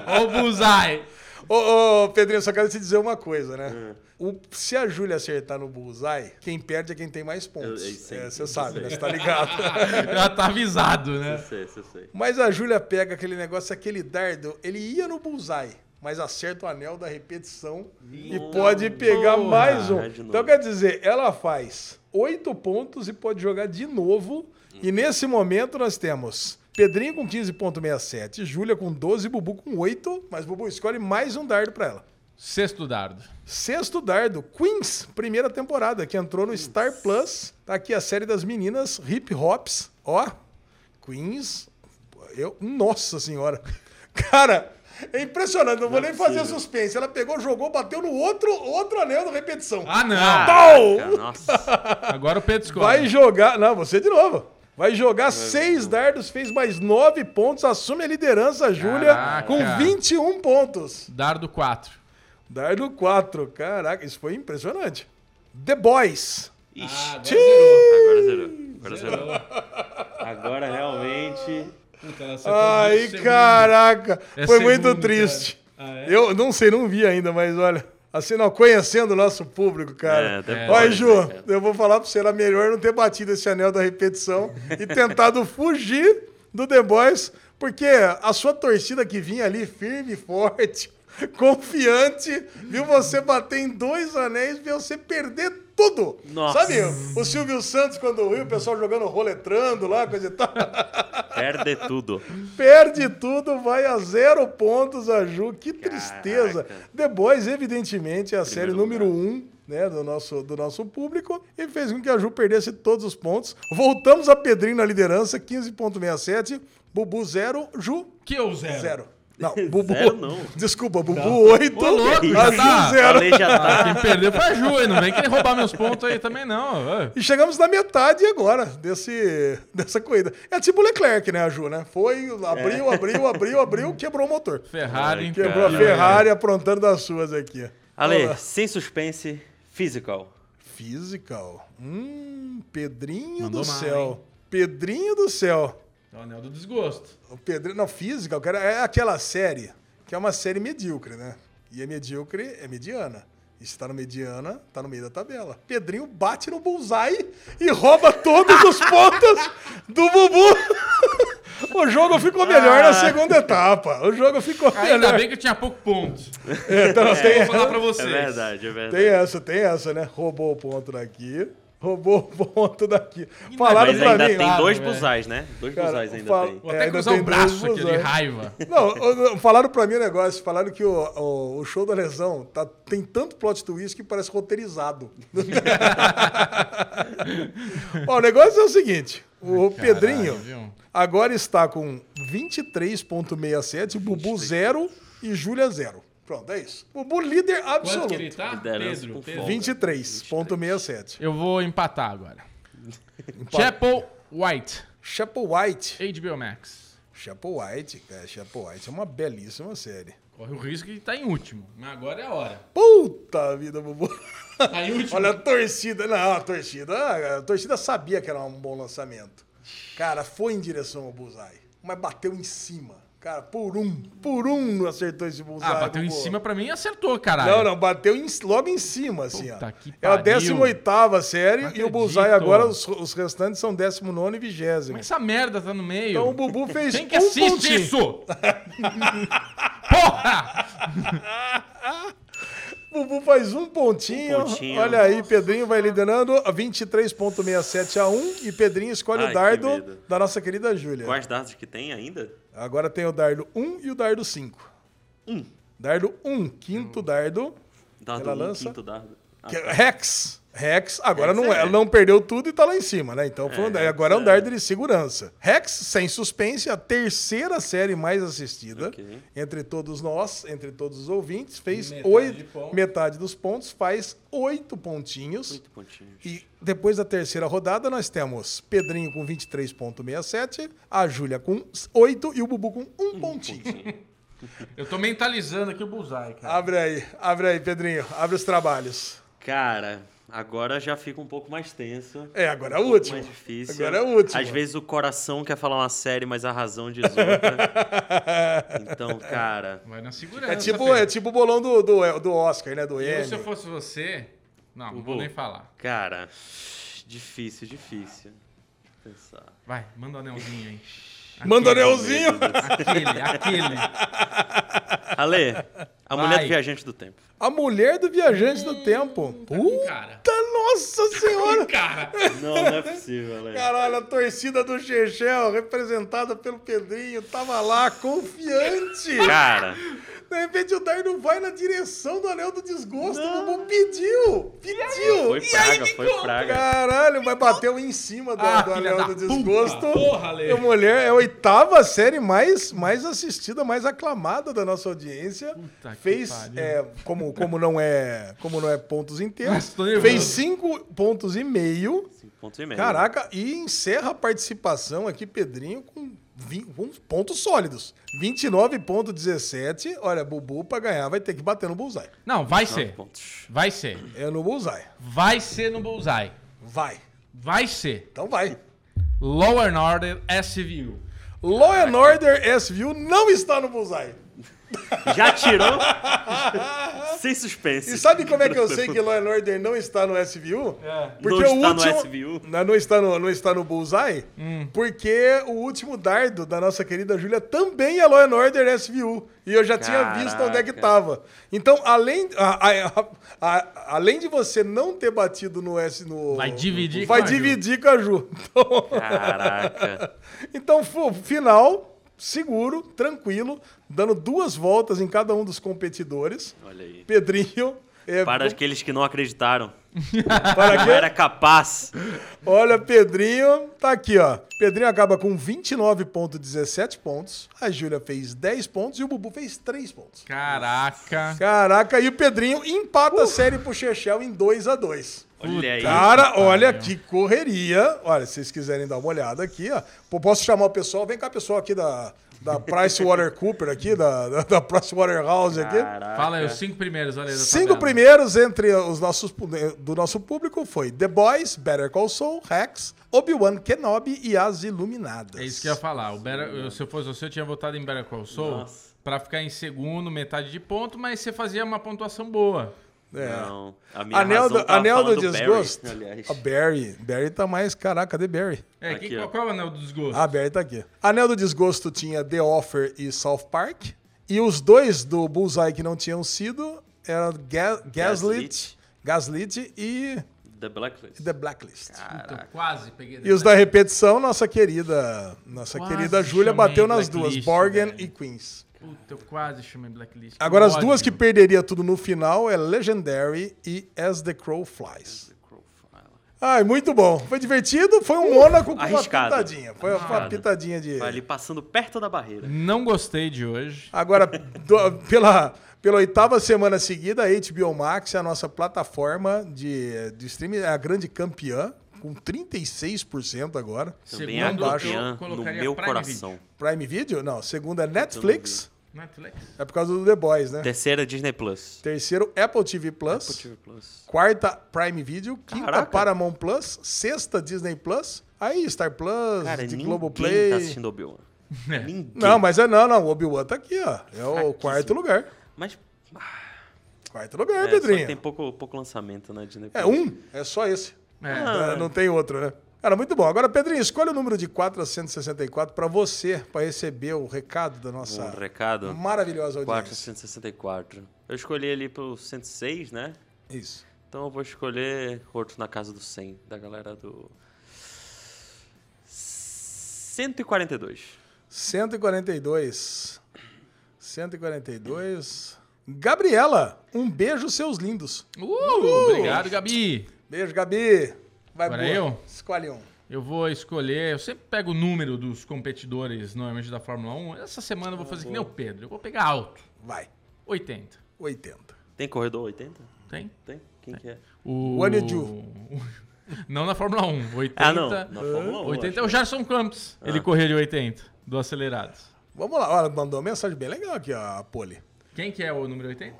[SPEAKER 2] Ó o bullseye.
[SPEAKER 1] Ô, ô, Pedrinho, só quero te dizer uma coisa, né?
[SPEAKER 5] É.
[SPEAKER 1] O- se a Júlia acertar no bullseye, quem perde é quem tem mais pontos.
[SPEAKER 5] Eu- eu sei,
[SPEAKER 1] É, Você
[SPEAKER 5] eu
[SPEAKER 1] sabe,
[SPEAKER 5] sei.
[SPEAKER 1] né? Você tá ligado.
[SPEAKER 2] Já tá avisado, né?
[SPEAKER 5] Eu sei, eu sei.
[SPEAKER 1] Mas a Júlia pega aquele negócio, aquele dardo, ele ia no bullseye, mas acerta o anel da repetição e pode pegar
[SPEAKER 2] porra!
[SPEAKER 1] mais um.
[SPEAKER 5] É, de novo.
[SPEAKER 1] Então quer dizer, ela faz oito pontos e pode jogar de novo. E nesse momento nós temos Pedrinho com 15.67, Júlia com 12, Bubu com 8, mas Bubu escolhe mais um dardo pra ela.
[SPEAKER 2] Sexto dardo.
[SPEAKER 1] Sexto dardo, Queens, primeira temporada, que entrou no Star Plus. Tá aqui a série das meninas, Hip Hops. Ó, Queens. Eu, nossa senhora. Cara, É impressionante, não vou
[SPEAKER 5] Não é
[SPEAKER 1] nem fazer
[SPEAKER 5] possível.
[SPEAKER 1] suspense. Ela pegou, jogou, bateu no outro, outro anel da repetição.
[SPEAKER 2] Ah, não! Tá.
[SPEAKER 5] Caraca, nossa.
[SPEAKER 2] Agora o Pedro escolhe.
[SPEAKER 1] Vai jogar. Não, você de novo. Vai jogar seis dardos, fez mais nove pontos, assume a liderança, Júlia,
[SPEAKER 2] Caraca.
[SPEAKER 1] com 21 pontos.
[SPEAKER 2] Dardo 4.
[SPEAKER 1] Dardo 4, caraca, isso foi impressionante. The Boys.
[SPEAKER 2] Ah,
[SPEAKER 5] Ixi,
[SPEAKER 6] agora zerou.
[SPEAKER 5] agora zerou. Agora zerou.
[SPEAKER 6] Zerou.
[SPEAKER 5] Agora realmente.
[SPEAKER 6] Puta, ela acertou
[SPEAKER 1] Ai,
[SPEAKER 6] muito
[SPEAKER 1] caraca,
[SPEAKER 2] É
[SPEAKER 1] foi
[SPEAKER 2] segundo,
[SPEAKER 1] muito triste.
[SPEAKER 6] cara. Ah, é?
[SPEAKER 1] Eu não sei, não vi ainda, mas olha, assim, não, conhecendo o nosso público, cara.
[SPEAKER 5] É, The
[SPEAKER 1] Olha,
[SPEAKER 5] Boys,
[SPEAKER 1] Ju,
[SPEAKER 5] né, cara?
[SPEAKER 1] eu vou falar pra você, era melhor não ter batido esse anel da repetição e tentado fugir do The Boys, porque a sua torcida que vinha ali firme, e forte, confiante, viu você bater em dois anéis, viu você perder tudo.
[SPEAKER 5] Nossa.
[SPEAKER 1] Sabe o Silvio Santos quando viu o pessoal jogando roletrando lá, coisa e tal.
[SPEAKER 5] Perde tudo.
[SPEAKER 1] Perde tudo, vai a zero pontos a Ju. Que tristeza.
[SPEAKER 5] Caraca.
[SPEAKER 1] The Boys, evidentemente, é a série
[SPEAKER 5] lugar.
[SPEAKER 1] número um né, do, nosso, do nosso público e fez com que a Ju perdesse todos os pontos. Voltamos a Pedrinho na liderança, 15,67. Bubu 0, Ju
[SPEAKER 2] Que eu zero. Tá.
[SPEAKER 1] 0. Não, Bubu.
[SPEAKER 5] Zero não.
[SPEAKER 1] Desculpa, Bubu 8.
[SPEAKER 2] Ô, louco, já
[SPEAKER 1] a Ju
[SPEAKER 2] tá.
[SPEAKER 1] 0.
[SPEAKER 5] Falei, já tá.
[SPEAKER 2] Quem perdeu foi a Ju, hein? Não vem querer roubar meus pontos aí também, não. Ô,
[SPEAKER 1] E chegamos na metade agora desse, dessa corrida. É tipo o Leclerc, né, a Ju, né? Foi,
[SPEAKER 2] É.
[SPEAKER 1] abriu, abriu, abriu, abriu, quebrou o motor.
[SPEAKER 2] Ferrari.
[SPEAKER 1] Quebrou a
[SPEAKER 5] Caralho.
[SPEAKER 1] Ferrari
[SPEAKER 2] é.
[SPEAKER 1] aprontando das suas aqui.
[SPEAKER 5] Ale, sem suspense, physical.
[SPEAKER 1] Physical. Hum, Pedrinho
[SPEAKER 2] Mandou
[SPEAKER 1] do
[SPEAKER 2] mal,
[SPEAKER 1] céu.
[SPEAKER 2] hein?
[SPEAKER 1] Pedrinho do céu.
[SPEAKER 2] É O anel do desgosto.
[SPEAKER 1] O Pedrinho, não, Physical, cara, é aquela série que é uma série medíocre, né? E é medíocre, é mediana. E se tá no mediana, tá no meio da tabela. Pedrinho bate no bullseye e rouba todos os pontos do Bubu. O jogo ficou melhor
[SPEAKER 2] Ah.
[SPEAKER 1] na segunda etapa. O jogo ficou
[SPEAKER 2] Ainda
[SPEAKER 1] melhor.
[SPEAKER 2] bem que eu tinha pouco ponto.
[SPEAKER 1] Então, tem-
[SPEAKER 2] Vou falar pra
[SPEAKER 5] É
[SPEAKER 2] vocês.
[SPEAKER 5] verdade, é verdade.
[SPEAKER 1] Tem essa, tem essa, né? Roubou o ponto daqui, roubou o ponto daqui.
[SPEAKER 2] não-
[SPEAKER 1] Falaram
[SPEAKER 5] Mas
[SPEAKER 1] pra
[SPEAKER 5] ainda
[SPEAKER 1] mim.
[SPEAKER 5] tem dois
[SPEAKER 2] velho.
[SPEAKER 5] busais, né? Dois
[SPEAKER 1] Cara,
[SPEAKER 5] busais ainda
[SPEAKER 1] fala-
[SPEAKER 5] tem.
[SPEAKER 2] Vou
[SPEAKER 1] É,
[SPEAKER 2] até
[SPEAKER 1] ainda
[SPEAKER 2] cruzar
[SPEAKER 1] tem
[SPEAKER 2] o braço
[SPEAKER 1] dois
[SPEAKER 2] aqui de
[SPEAKER 1] busões.
[SPEAKER 2] raiva.
[SPEAKER 1] Não, o- o- falaram pra mim um negócio, falaram que o, o, o show da lesão tá, tem tanto plot twist que parece roteirizado. Ó, o negócio é o seguinte: o Pedrinho
[SPEAKER 2] viu?
[SPEAKER 1] agora está com 23,67, Bubu 0 e Júlia 0. Pronto, é isso. Bubu líder
[SPEAKER 6] Quanto que ele
[SPEAKER 1] absoluto.
[SPEAKER 6] tá?
[SPEAKER 5] Liderança
[SPEAKER 6] Pedro,
[SPEAKER 5] com
[SPEAKER 6] Pedro.
[SPEAKER 5] folga.
[SPEAKER 1] 23,67.
[SPEAKER 2] Eu vou empatar agora. Chapel White,
[SPEAKER 1] Chapo White.
[SPEAKER 2] HBO Max.
[SPEAKER 1] Chapo White, cara. Chapo White é uma belíssima série.
[SPEAKER 2] Corre o risco de estar em último. Mas agora é a hora.
[SPEAKER 1] Puta vida, Bubu.
[SPEAKER 6] Tá em último.
[SPEAKER 1] Olha a torcida. Não, a torcida. ah, A torcida sabia que era um bom lançamento. Cara, foi em direção ao Bullseye, mas bateu em cima. Cara, por um, por um acertou esse Bullseye.
[SPEAKER 2] Ah, bateu em
[SPEAKER 1] Bubu.
[SPEAKER 2] cima pra mim e acertou, caralho.
[SPEAKER 1] Não, não, bateu em- logo em cima, assim, ó.
[SPEAKER 2] Puta que
[SPEAKER 1] É a
[SPEAKER 2] pariu.
[SPEAKER 1] 18 série
[SPEAKER 2] Não
[SPEAKER 1] e o Bullseye
[SPEAKER 2] acredito.
[SPEAKER 1] agora, os, os restantes são 19 e 20.
[SPEAKER 2] Mas essa merda tá no meio.
[SPEAKER 1] Então o Bubu fez
[SPEAKER 2] Quem que
[SPEAKER 1] um
[SPEAKER 2] assiste
[SPEAKER 1] pontinho.
[SPEAKER 2] isso? Porra!
[SPEAKER 1] Bubu faz um pontinho.
[SPEAKER 5] Um pontinho.
[SPEAKER 1] Olha aí, Pedrinho vai liderando a 23,67 a 1. E Pedrinho escolhe
[SPEAKER 5] Ai,
[SPEAKER 1] o
[SPEAKER 5] que
[SPEAKER 1] dardo
[SPEAKER 5] medo.
[SPEAKER 1] da nossa querida Júlia.
[SPEAKER 5] Quais dados que tem ainda?
[SPEAKER 1] Agora tem o dardo 1 e o dardo 5.
[SPEAKER 5] 1.
[SPEAKER 1] Dardo 1, quinto dardo.
[SPEAKER 5] Dado
[SPEAKER 1] Ela
[SPEAKER 5] um,
[SPEAKER 1] lança-
[SPEAKER 5] quinto dado. Ah,
[SPEAKER 1] que é Rex. Rex, agora
[SPEAKER 5] Rex
[SPEAKER 1] não,
[SPEAKER 5] é.
[SPEAKER 1] ela não perdeu tudo e tá lá em cima, né? Então foi um-
[SPEAKER 5] Rex
[SPEAKER 1] agora é um
[SPEAKER 5] é.
[SPEAKER 1] dardo de segurança. Rex, sem suspense, a terceira série mais assistida
[SPEAKER 5] Ok.
[SPEAKER 1] entre todos nós, entre todos os ouvintes, fez
[SPEAKER 6] Metade de
[SPEAKER 1] oito,
[SPEAKER 6] ponto.
[SPEAKER 1] metade dos pontos, faz oito pontinhos.
[SPEAKER 5] oito pontinhos.
[SPEAKER 1] E depois da terceira rodada, nós temos Pedrinho com 23,67, a Júlia com 8 e o Bubu com 1 pontinho.
[SPEAKER 2] Eu tô mentalizando aqui o Bullseye, cara.
[SPEAKER 1] Abre aí, abre aí, Pedrinho. Abre os trabalhos.
[SPEAKER 5] Cara, agora já fica um pouco mais tenso.
[SPEAKER 1] É, agora é o
[SPEAKER 5] um pouco
[SPEAKER 1] último.
[SPEAKER 5] Mais difícil.
[SPEAKER 1] Agora é o último.
[SPEAKER 5] Às vezes o coração quer falar uma série, mas a razão diz outra. então, cara.
[SPEAKER 2] Vai na segurança.
[SPEAKER 1] É tipo,
[SPEAKER 2] Pedro.
[SPEAKER 1] é tipo o bolão do, do, do Oscar, né? Do
[SPEAKER 2] Eu, se eu
[SPEAKER 1] Emmy.
[SPEAKER 2] fosse você... Não, não
[SPEAKER 5] Bubu.
[SPEAKER 2] vou nem falar.
[SPEAKER 5] Cara, difícil, difícil. Deixa eu Pensar.
[SPEAKER 2] Vai, manda o anelzinho aí.
[SPEAKER 1] Manda o anelzinho.
[SPEAKER 2] Aquele, aquele.
[SPEAKER 5] Ale, A
[SPEAKER 2] Vai.
[SPEAKER 5] Mulher do Viajante do Tempo.
[SPEAKER 1] A Mulher do Viajante do Tempo.
[SPEAKER 6] com cara.
[SPEAKER 1] Puta nossa senhora!
[SPEAKER 6] Cara,
[SPEAKER 5] Não, não é possível, velho.
[SPEAKER 1] Caralho, a torcida do Chechel, representada pelo Pedrinho, tava lá, confiante.
[SPEAKER 5] Cara,
[SPEAKER 1] De repente o Darno vai na direção do Anel do Desgosto. O Bubu pediu! Pediu!
[SPEAKER 5] foi praga, foi praga.
[SPEAKER 1] Caralho, mas bateu em cima do,
[SPEAKER 2] Ah,
[SPEAKER 1] do
[SPEAKER 2] filha
[SPEAKER 1] Anel
[SPEAKER 2] da
[SPEAKER 1] do Desgosto.
[SPEAKER 6] puta. Porra, Lê.
[SPEAKER 1] E a mulher é a oitava série mais, mais assistida, mais aclamada da nossa audiência.
[SPEAKER 2] Puta que
[SPEAKER 1] fez,
[SPEAKER 2] pariu.
[SPEAKER 1] é, como, como, não é, como não é pontos inteiros,
[SPEAKER 2] Nossa, tô nervoso.
[SPEAKER 1] fez cinco pontos e meio.
[SPEAKER 5] Cinco pontos e meio.
[SPEAKER 1] Caraca, e encerra a participação aqui, Pedrinho, com, vin- com uns pontos sólidos. 29,17. Olha, Bubu, pra ganhar, vai ter que bater no bullseye.
[SPEAKER 2] Não, vai
[SPEAKER 5] Nove
[SPEAKER 2] ser.
[SPEAKER 5] pontos.
[SPEAKER 2] Vai ser.
[SPEAKER 1] É no bullseye.
[SPEAKER 2] Vai ser no Bullseye.
[SPEAKER 1] Vai.
[SPEAKER 2] Vai ser.
[SPEAKER 1] Então vai.
[SPEAKER 2] Law and Order SVU.
[SPEAKER 1] Law and Order SVU não está no bullseye.
[SPEAKER 5] Já tirou? Sem suspense.
[SPEAKER 1] E sabe como é que eu sei que Law and Order não está no SVU?
[SPEAKER 2] É.
[SPEAKER 1] Porque
[SPEAKER 5] Não
[SPEAKER 1] o
[SPEAKER 5] está no
[SPEAKER 1] último...
[SPEAKER 5] SVU.
[SPEAKER 1] Não, não está no, não está no Bullseye?
[SPEAKER 2] Hum.
[SPEAKER 1] Porque o último dardo da nossa querida Júlia também é Law and Order SVU. E eu já tinha visto onde é que
[SPEAKER 5] Caraca.
[SPEAKER 1] tava. Então, além, a- a- a- a- além de você não ter batido no S... No,
[SPEAKER 2] Vai dividir
[SPEAKER 1] Vai
[SPEAKER 2] com a Ju.
[SPEAKER 1] dividir com a Ju. Então,
[SPEAKER 5] Caraca.
[SPEAKER 1] então, fu- final, seguro, tranquilo, dando duas voltas em cada um dos competidores.
[SPEAKER 5] Olha aí.
[SPEAKER 1] Pedrinho... é,
[SPEAKER 5] Para aqueles que não acreditaram.
[SPEAKER 1] para
[SPEAKER 5] Não
[SPEAKER 1] quê?
[SPEAKER 5] era capaz.
[SPEAKER 1] Olha, Pedrinho, tá aqui, ó. Pedrinho acaba com 29,17 pontos. A Júlia fez 10 pontos e o Bubu fez 3 pontos.
[SPEAKER 2] Caraca.
[SPEAKER 1] Caraca, e o Pedrinho empata a série pro Chechel em 2 a 2
[SPEAKER 5] Olha aí.
[SPEAKER 1] Cara, olha que correria. Olha, se vocês quiserem dar uma olhada aqui, ó. Pô, posso chamar o pessoal? Vem cá, pessoal aqui da, da Price Water Cooper aqui, da, da, da Price Waterhouse aqui.
[SPEAKER 5] Caraca.
[SPEAKER 2] Fala aí, os cinco primeiros, olha aí da
[SPEAKER 1] Cinco
[SPEAKER 2] tabela.
[SPEAKER 1] primeiros entre os nossos eh, do nosso público foi The Boys, Better Call Saul, Rex, Obi-Wan Kenobi e As Iluminadas.
[SPEAKER 2] É isso que eu ia falar. O Better- eu- se eu fosse você, eu tinha votado em Better Call Saul
[SPEAKER 5] Nossa.
[SPEAKER 2] pra ficar em segundo, metade de ponto, mas você fazia uma pontuação boa.
[SPEAKER 1] É.
[SPEAKER 5] Não. A minha
[SPEAKER 1] Anel do,
[SPEAKER 5] razão tava
[SPEAKER 1] Anel do
[SPEAKER 5] falando Barry,
[SPEAKER 1] Desgosto.
[SPEAKER 5] aliás.
[SPEAKER 1] a Barry. Barry tá mais. Caraca, cadê Barry?
[SPEAKER 2] É,
[SPEAKER 5] Aqui,
[SPEAKER 2] quem-
[SPEAKER 5] ó.
[SPEAKER 2] qual, qual é o anel do desgosto?
[SPEAKER 1] A Barry tá aqui. Anel do Desgosto tinha The Offer e South Park. E os dois do Bullseye que não tinham sido eram Ga- Gaslit,
[SPEAKER 5] Gaslit.
[SPEAKER 1] Gaslit e
[SPEAKER 5] The Blacklist.
[SPEAKER 1] The Blacklist.
[SPEAKER 2] Puta, quase peguei.
[SPEAKER 1] E os da repetição, nossa querida, nossa
[SPEAKER 2] Quase
[SPEAKER 1] querida Júlia
[SPEAKER 2] chamei
[SPEAKER 1] bateu nas duas,
[SPEAKER 2] Blacklist,
[SPEAKER 1] Borgen
[SPEAKER 2] velho.
[SPEAKER 1] e Queens.
[SPEAKER 2] Puta, eu quase chamei Blacklist. Que
[SPEAKER 1] Agora as
[SPEAKER 2] ódio.
[SPEAKER 1] duas que perderia tudo no final é Legendary e As the Crow Flies. Ai, muito bom. Foi divertido, foi um Mônaco com
[SPEAKER 5] arriscado.
[SPEAKER 1] uma pitadinha. Foi uma
[SPEAKER 5] Arriscado.
[SPEAKER 1] pitadinha de.
[SPEAKER 5] Vai ali passando perto da barreira.
[SPEAKER 2] Não gostei de hoje.
[SPEAKER 1] Agora, do- pela, pela oitava semana seguida, a HBO Max é a nossa plataforma de, de streaming, é a grande campeã, com 36% agora.
[SPEAKER 5] Também
[SPEAKER 2] Segundo,
[SPEAKER 5] a
[SPEAKER 1] eu
[SPEAKER 5] campeã no
[SPEAKER 2] colocaria
[SPEAKER 5] meu
[SPEAKER 2] Prime
[SPEAKER 5] coração.
[SPEAKER 1] Prime Video? Não, segunda é Netflix.
[SPEAKER 2] Netflix?
[SPEAKER 1] É por causa do The Boys, né?
[SPEAKER 5] Terceira, Disney Plus.
[SPEAKER 1] Terceiro, Apple TV Plus.
[SPEAKER 5] Disney Plus.
[SPEAKER 1] Quarta, Prime Video. Quinta,
[SPEAKER 5] Caraca.
[SPEAKER 1] Paramount Plus. Sexta, Disney Plus. Aí, Star Plus,
[SPEAKER 5] Cara,
[SPEAKER 1] de
[SPEAKER 5] ninguém
[SPEAKER 1] Globoplay.
[SPEAKER 5] tá assistindo Obi-Wan. Ninguém.
[SPEAKER 1] não, mas é não, não. O Obi-Wan tá aqui, ó. É o quarto lugar.
[SPEAKER 5] Mas ah,
[SPEAKER 1] Quarto lugar,
[SPEAKER 5] é, só que
[SPEAKER 1] é, Pedrinho.
[SPEAKER 5] tem pouco, pouco lançamento, né, Disney Plus?
[SPEAKER 1] É
[SPEAKER 5] Ah,
[SPEAKER 1] um, é só esse.
[SPEAKER 2] É.
[SPEAKER 1] É, não tem outro, né? Cara, muito bom. Agora, Pedrinho, escolha o número de 464 pra você, pra receber o recado da nossa
[SPEAKER 5] Um recado.
[SPEAKER 1] maravilhosa audiência.
[SPEAKER 5] 464. Eu escolhi ali pro 106, né?
[SPEAKER 1] Isso.
[SPEAKER 5] Então eu vou escolher outro na casa do 100, da galera do... 142.
[SPEAKER 1] 142. 142. Gabriela, um beijo, seus lindos.
[SPEAKER 2] Uh, obrigado, Gabi.
[SPEAKER 1] Beijo, Gabi. Vai,
[SPEAKER 2] Agora
[SPEAKER 1] boa.
[SPEAKER 2] eu?
[SPEAKER 1] Escolhe um.
[SPEAKER 2] Eu vou escolher, eu sempre pego o número dos competidores, normalmente da Fórmula 1. Essa semana eu vou fazer que nem o Pedro. Eu vou pegar alto.
[SPEAKER 1] Vai.
[SPEAKER 2] 80.
[SPEAKER 1] 80.
[SPEAKER 5] Tem corredor 80?
[SPEAKER 2] Tem?
[SPEAKER 5] Tem? Quem que é?
[SPEAKER 2] O.
[SPEAKER 1] O Anidju.
[SPEAKER 2] Não na Fórmula 1. 80.
[SPEAKER 5] Ah, não. Ah. Na Fórmula 1,
[SPEAKER 2] 80 é
[SPEAKER 5] acho.
[SPEAKER 2] o Gerson Campos. Ele correu de 80 do Acelerados.
[SPEAKER 1] Vamos lá. Olha, mandou uma mensagem bem legal aqui, ó, a Poli.
[SPEAKER 2] Quem que é o número 80?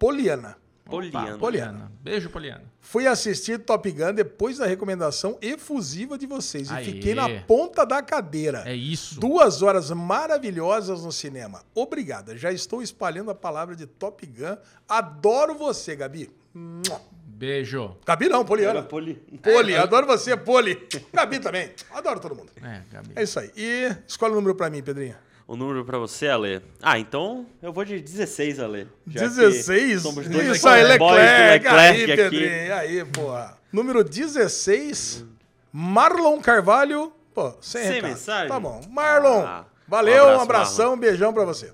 [SPEAKER 1] Poliana.
[SPEAKER 5] Poliana.
[SPEAKER 1] Poliana.
[SPEAKER 2] Beijo, Poliana.
[SPEAKER 1] Fui assistir Top Gun depois da recomendação efusiva de vocês e
[SPEAKER 2] Aê.
[SPEAKER 1] fiquei na ponta da cadeira.
[SPEAKER 2] É isso.
[SPEAKER 1] Duas horas maravilhosas no cinema. Obrigada. Já estou espalhando a palavra de Top Gun. Adoro você, Gabi. Mua.
[SPEAKER 2] Beijo.
[SPEAKER 1] Gabi não, Poliana.
[SPEAKER 5] Era Poli-
[SPEAKER 1] Poli, adoro você, Poli. Gabi também. Adoro todo mundo.
[SPEAKER 2] É, Gabi.
[SPEAKER 1] É isso aí. E escolhe o um número pra mim, Pedrinho.
[SPEAKER 5] O o número pra você, Ale. Ah, então eu vou de 16, Ale. já que
[SPEAKER 1] 16?
[SPEAKER 5] Somos dois
[SPEAKER 1] Isso aí,
[SPEAKER 5] fanboys do
[SPEAKER 1] Leclerc. Aí,
[SPEAKER 5] Leclerc aqui.
[SPEAKER 1] Pedrinho. Aí, porra. Número 16, Marlon Carvalho. Pô, sem,
[SPEAKER 5] Sem
[SPEAKER 1] recado.
[SPEAKER 5] mensagem?
[SPEAKER 1] Tá bom. Marlon,
[SPEAKER 5] Ah,
[SPEAKER 1] valeu,
[SPEAKER 5] um
[SPEAKER 1] um,
[SPEAKER 5] abraço,
[SPEAKER 1] abração, um beijão pra você.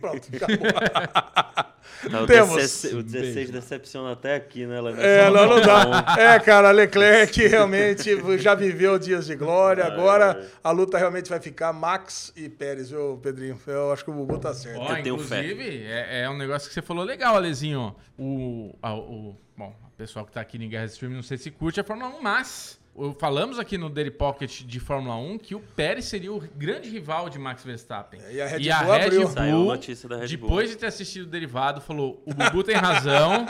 [SPEAKER 1] Pronto, acabou.
[SPEAKER 5] Tá, o
[SPEAKER 1] Temos.
[SPEAKER 5] 16, o 16 decepciona até aqui, né, Ale?
[SPEAKER 1] É,
[SPEAKER 5] Só
[SPEAKER 1] não, não
[SPEAKER 5] um
[SPEAKER 1] dá. É, cara, Leclerc realmente já viveu dias de glória. Agora
[SPEAKER 5] ai.
[SPEAKER 1] a luta realmente vai ficar Max e Pérez, viu, Pedrinho? Eu acho que o Bubu tá certo.
[SPEAKER 2] Ó,
[SPEAKER 5] Eu tenho fé.
[SPEAKER 2] inclusive, é, é um negócio que você falou legal, Alezinho. O, a- o- bom, o pessoal que tá aqui no Guerra Stream não sei se curte é a Fórmula 1, mas o- falamos aqui no Daily Pocket de Fórmula 1 que o Pérez seria o grande rival de Max Verstappen.
[SPEAKER 1] E a Red Bull abriu.
[SPEAKER 5] Saiu a notícia da Red Bull.
[SPEAKER 2] depois de ter assistido o derivado, falou: o Bubu tem razão.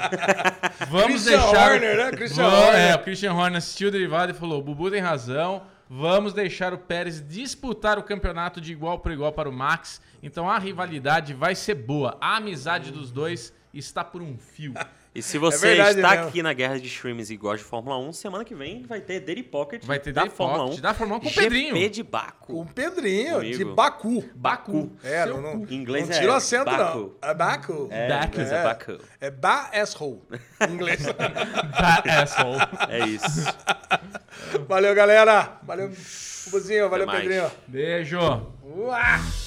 [SPEAKER 2] vamos
[SPEAKER 1] Christian
[SPEAKER 2] deixar.
[SPEAKER 1] Horner, né? Christian
[SPEAKER 2] Vamos- É,
[SPEAKER 1] Horner.
[SPEAKER 2] o Christian Horner assistiu o derivado e falou: o Bubu tem razão. Vamos deixar o Pérez disputar o campeonato de igual para igual para o Max. Então a rivalidade vai ser boa. A amizade dos dois está por um fio.
[SPEAKER 5] E se você
[SPEAKER 1] É verdade
[SPEAKER 5] está
[SPEAKER 1] mesmo.
[SPEAKER 5] aqui na Guerra de Streams e gosta de Fórmula 1, semana que vem vai ter Daily Pocket
[SPEAKER 2] Vai ter
[SPEAKER 5] da
[SPEAKER 2] Daily
[SPEAKER 5] Fórmula
[SPEAKER 2] Pocket
[SPEAKER 5] 1.
[SPEAKER 2] da Fórmula 1 com o
[SPEAKER 5] GP
[SPEAKER 2] Pedrinho.
[SPEAKER 5] de Baco.
[SPEAKER 1] O Pedrinho,
[SPEAKER 5] Comigo.
[SPEAKER 1] de Baku.
[SPEAKER 5] Baku.
[SPEAKER 1] É,
[SPEAKER 2] Seu
[SPEAKER 1] não, não,
[SPEAKER 5] Em inglês
[SPEAKER 1] não
[SPEAKER 5] é
[SPEAKER 1] tira o acento,
[SPEAKER 5] Baku.
[SPEAKER 1] não. É Baku.
[SPEAKER 5] É, em inglês é Baku.
[SPEAKER 1] É ba asshole. Em inglês.
[SPEAKER 2] That asshole.
[SPEAKER 5] É isso.
[SPEAKER 1] valeu, galera. Valeu, Bubuzinho. Valeu,
[SPEAKER 5] mais.
[SPEAKER 1] Pedrinho.
[SPEAKER 2] Beijo.
[SPEAKER 1] Uá!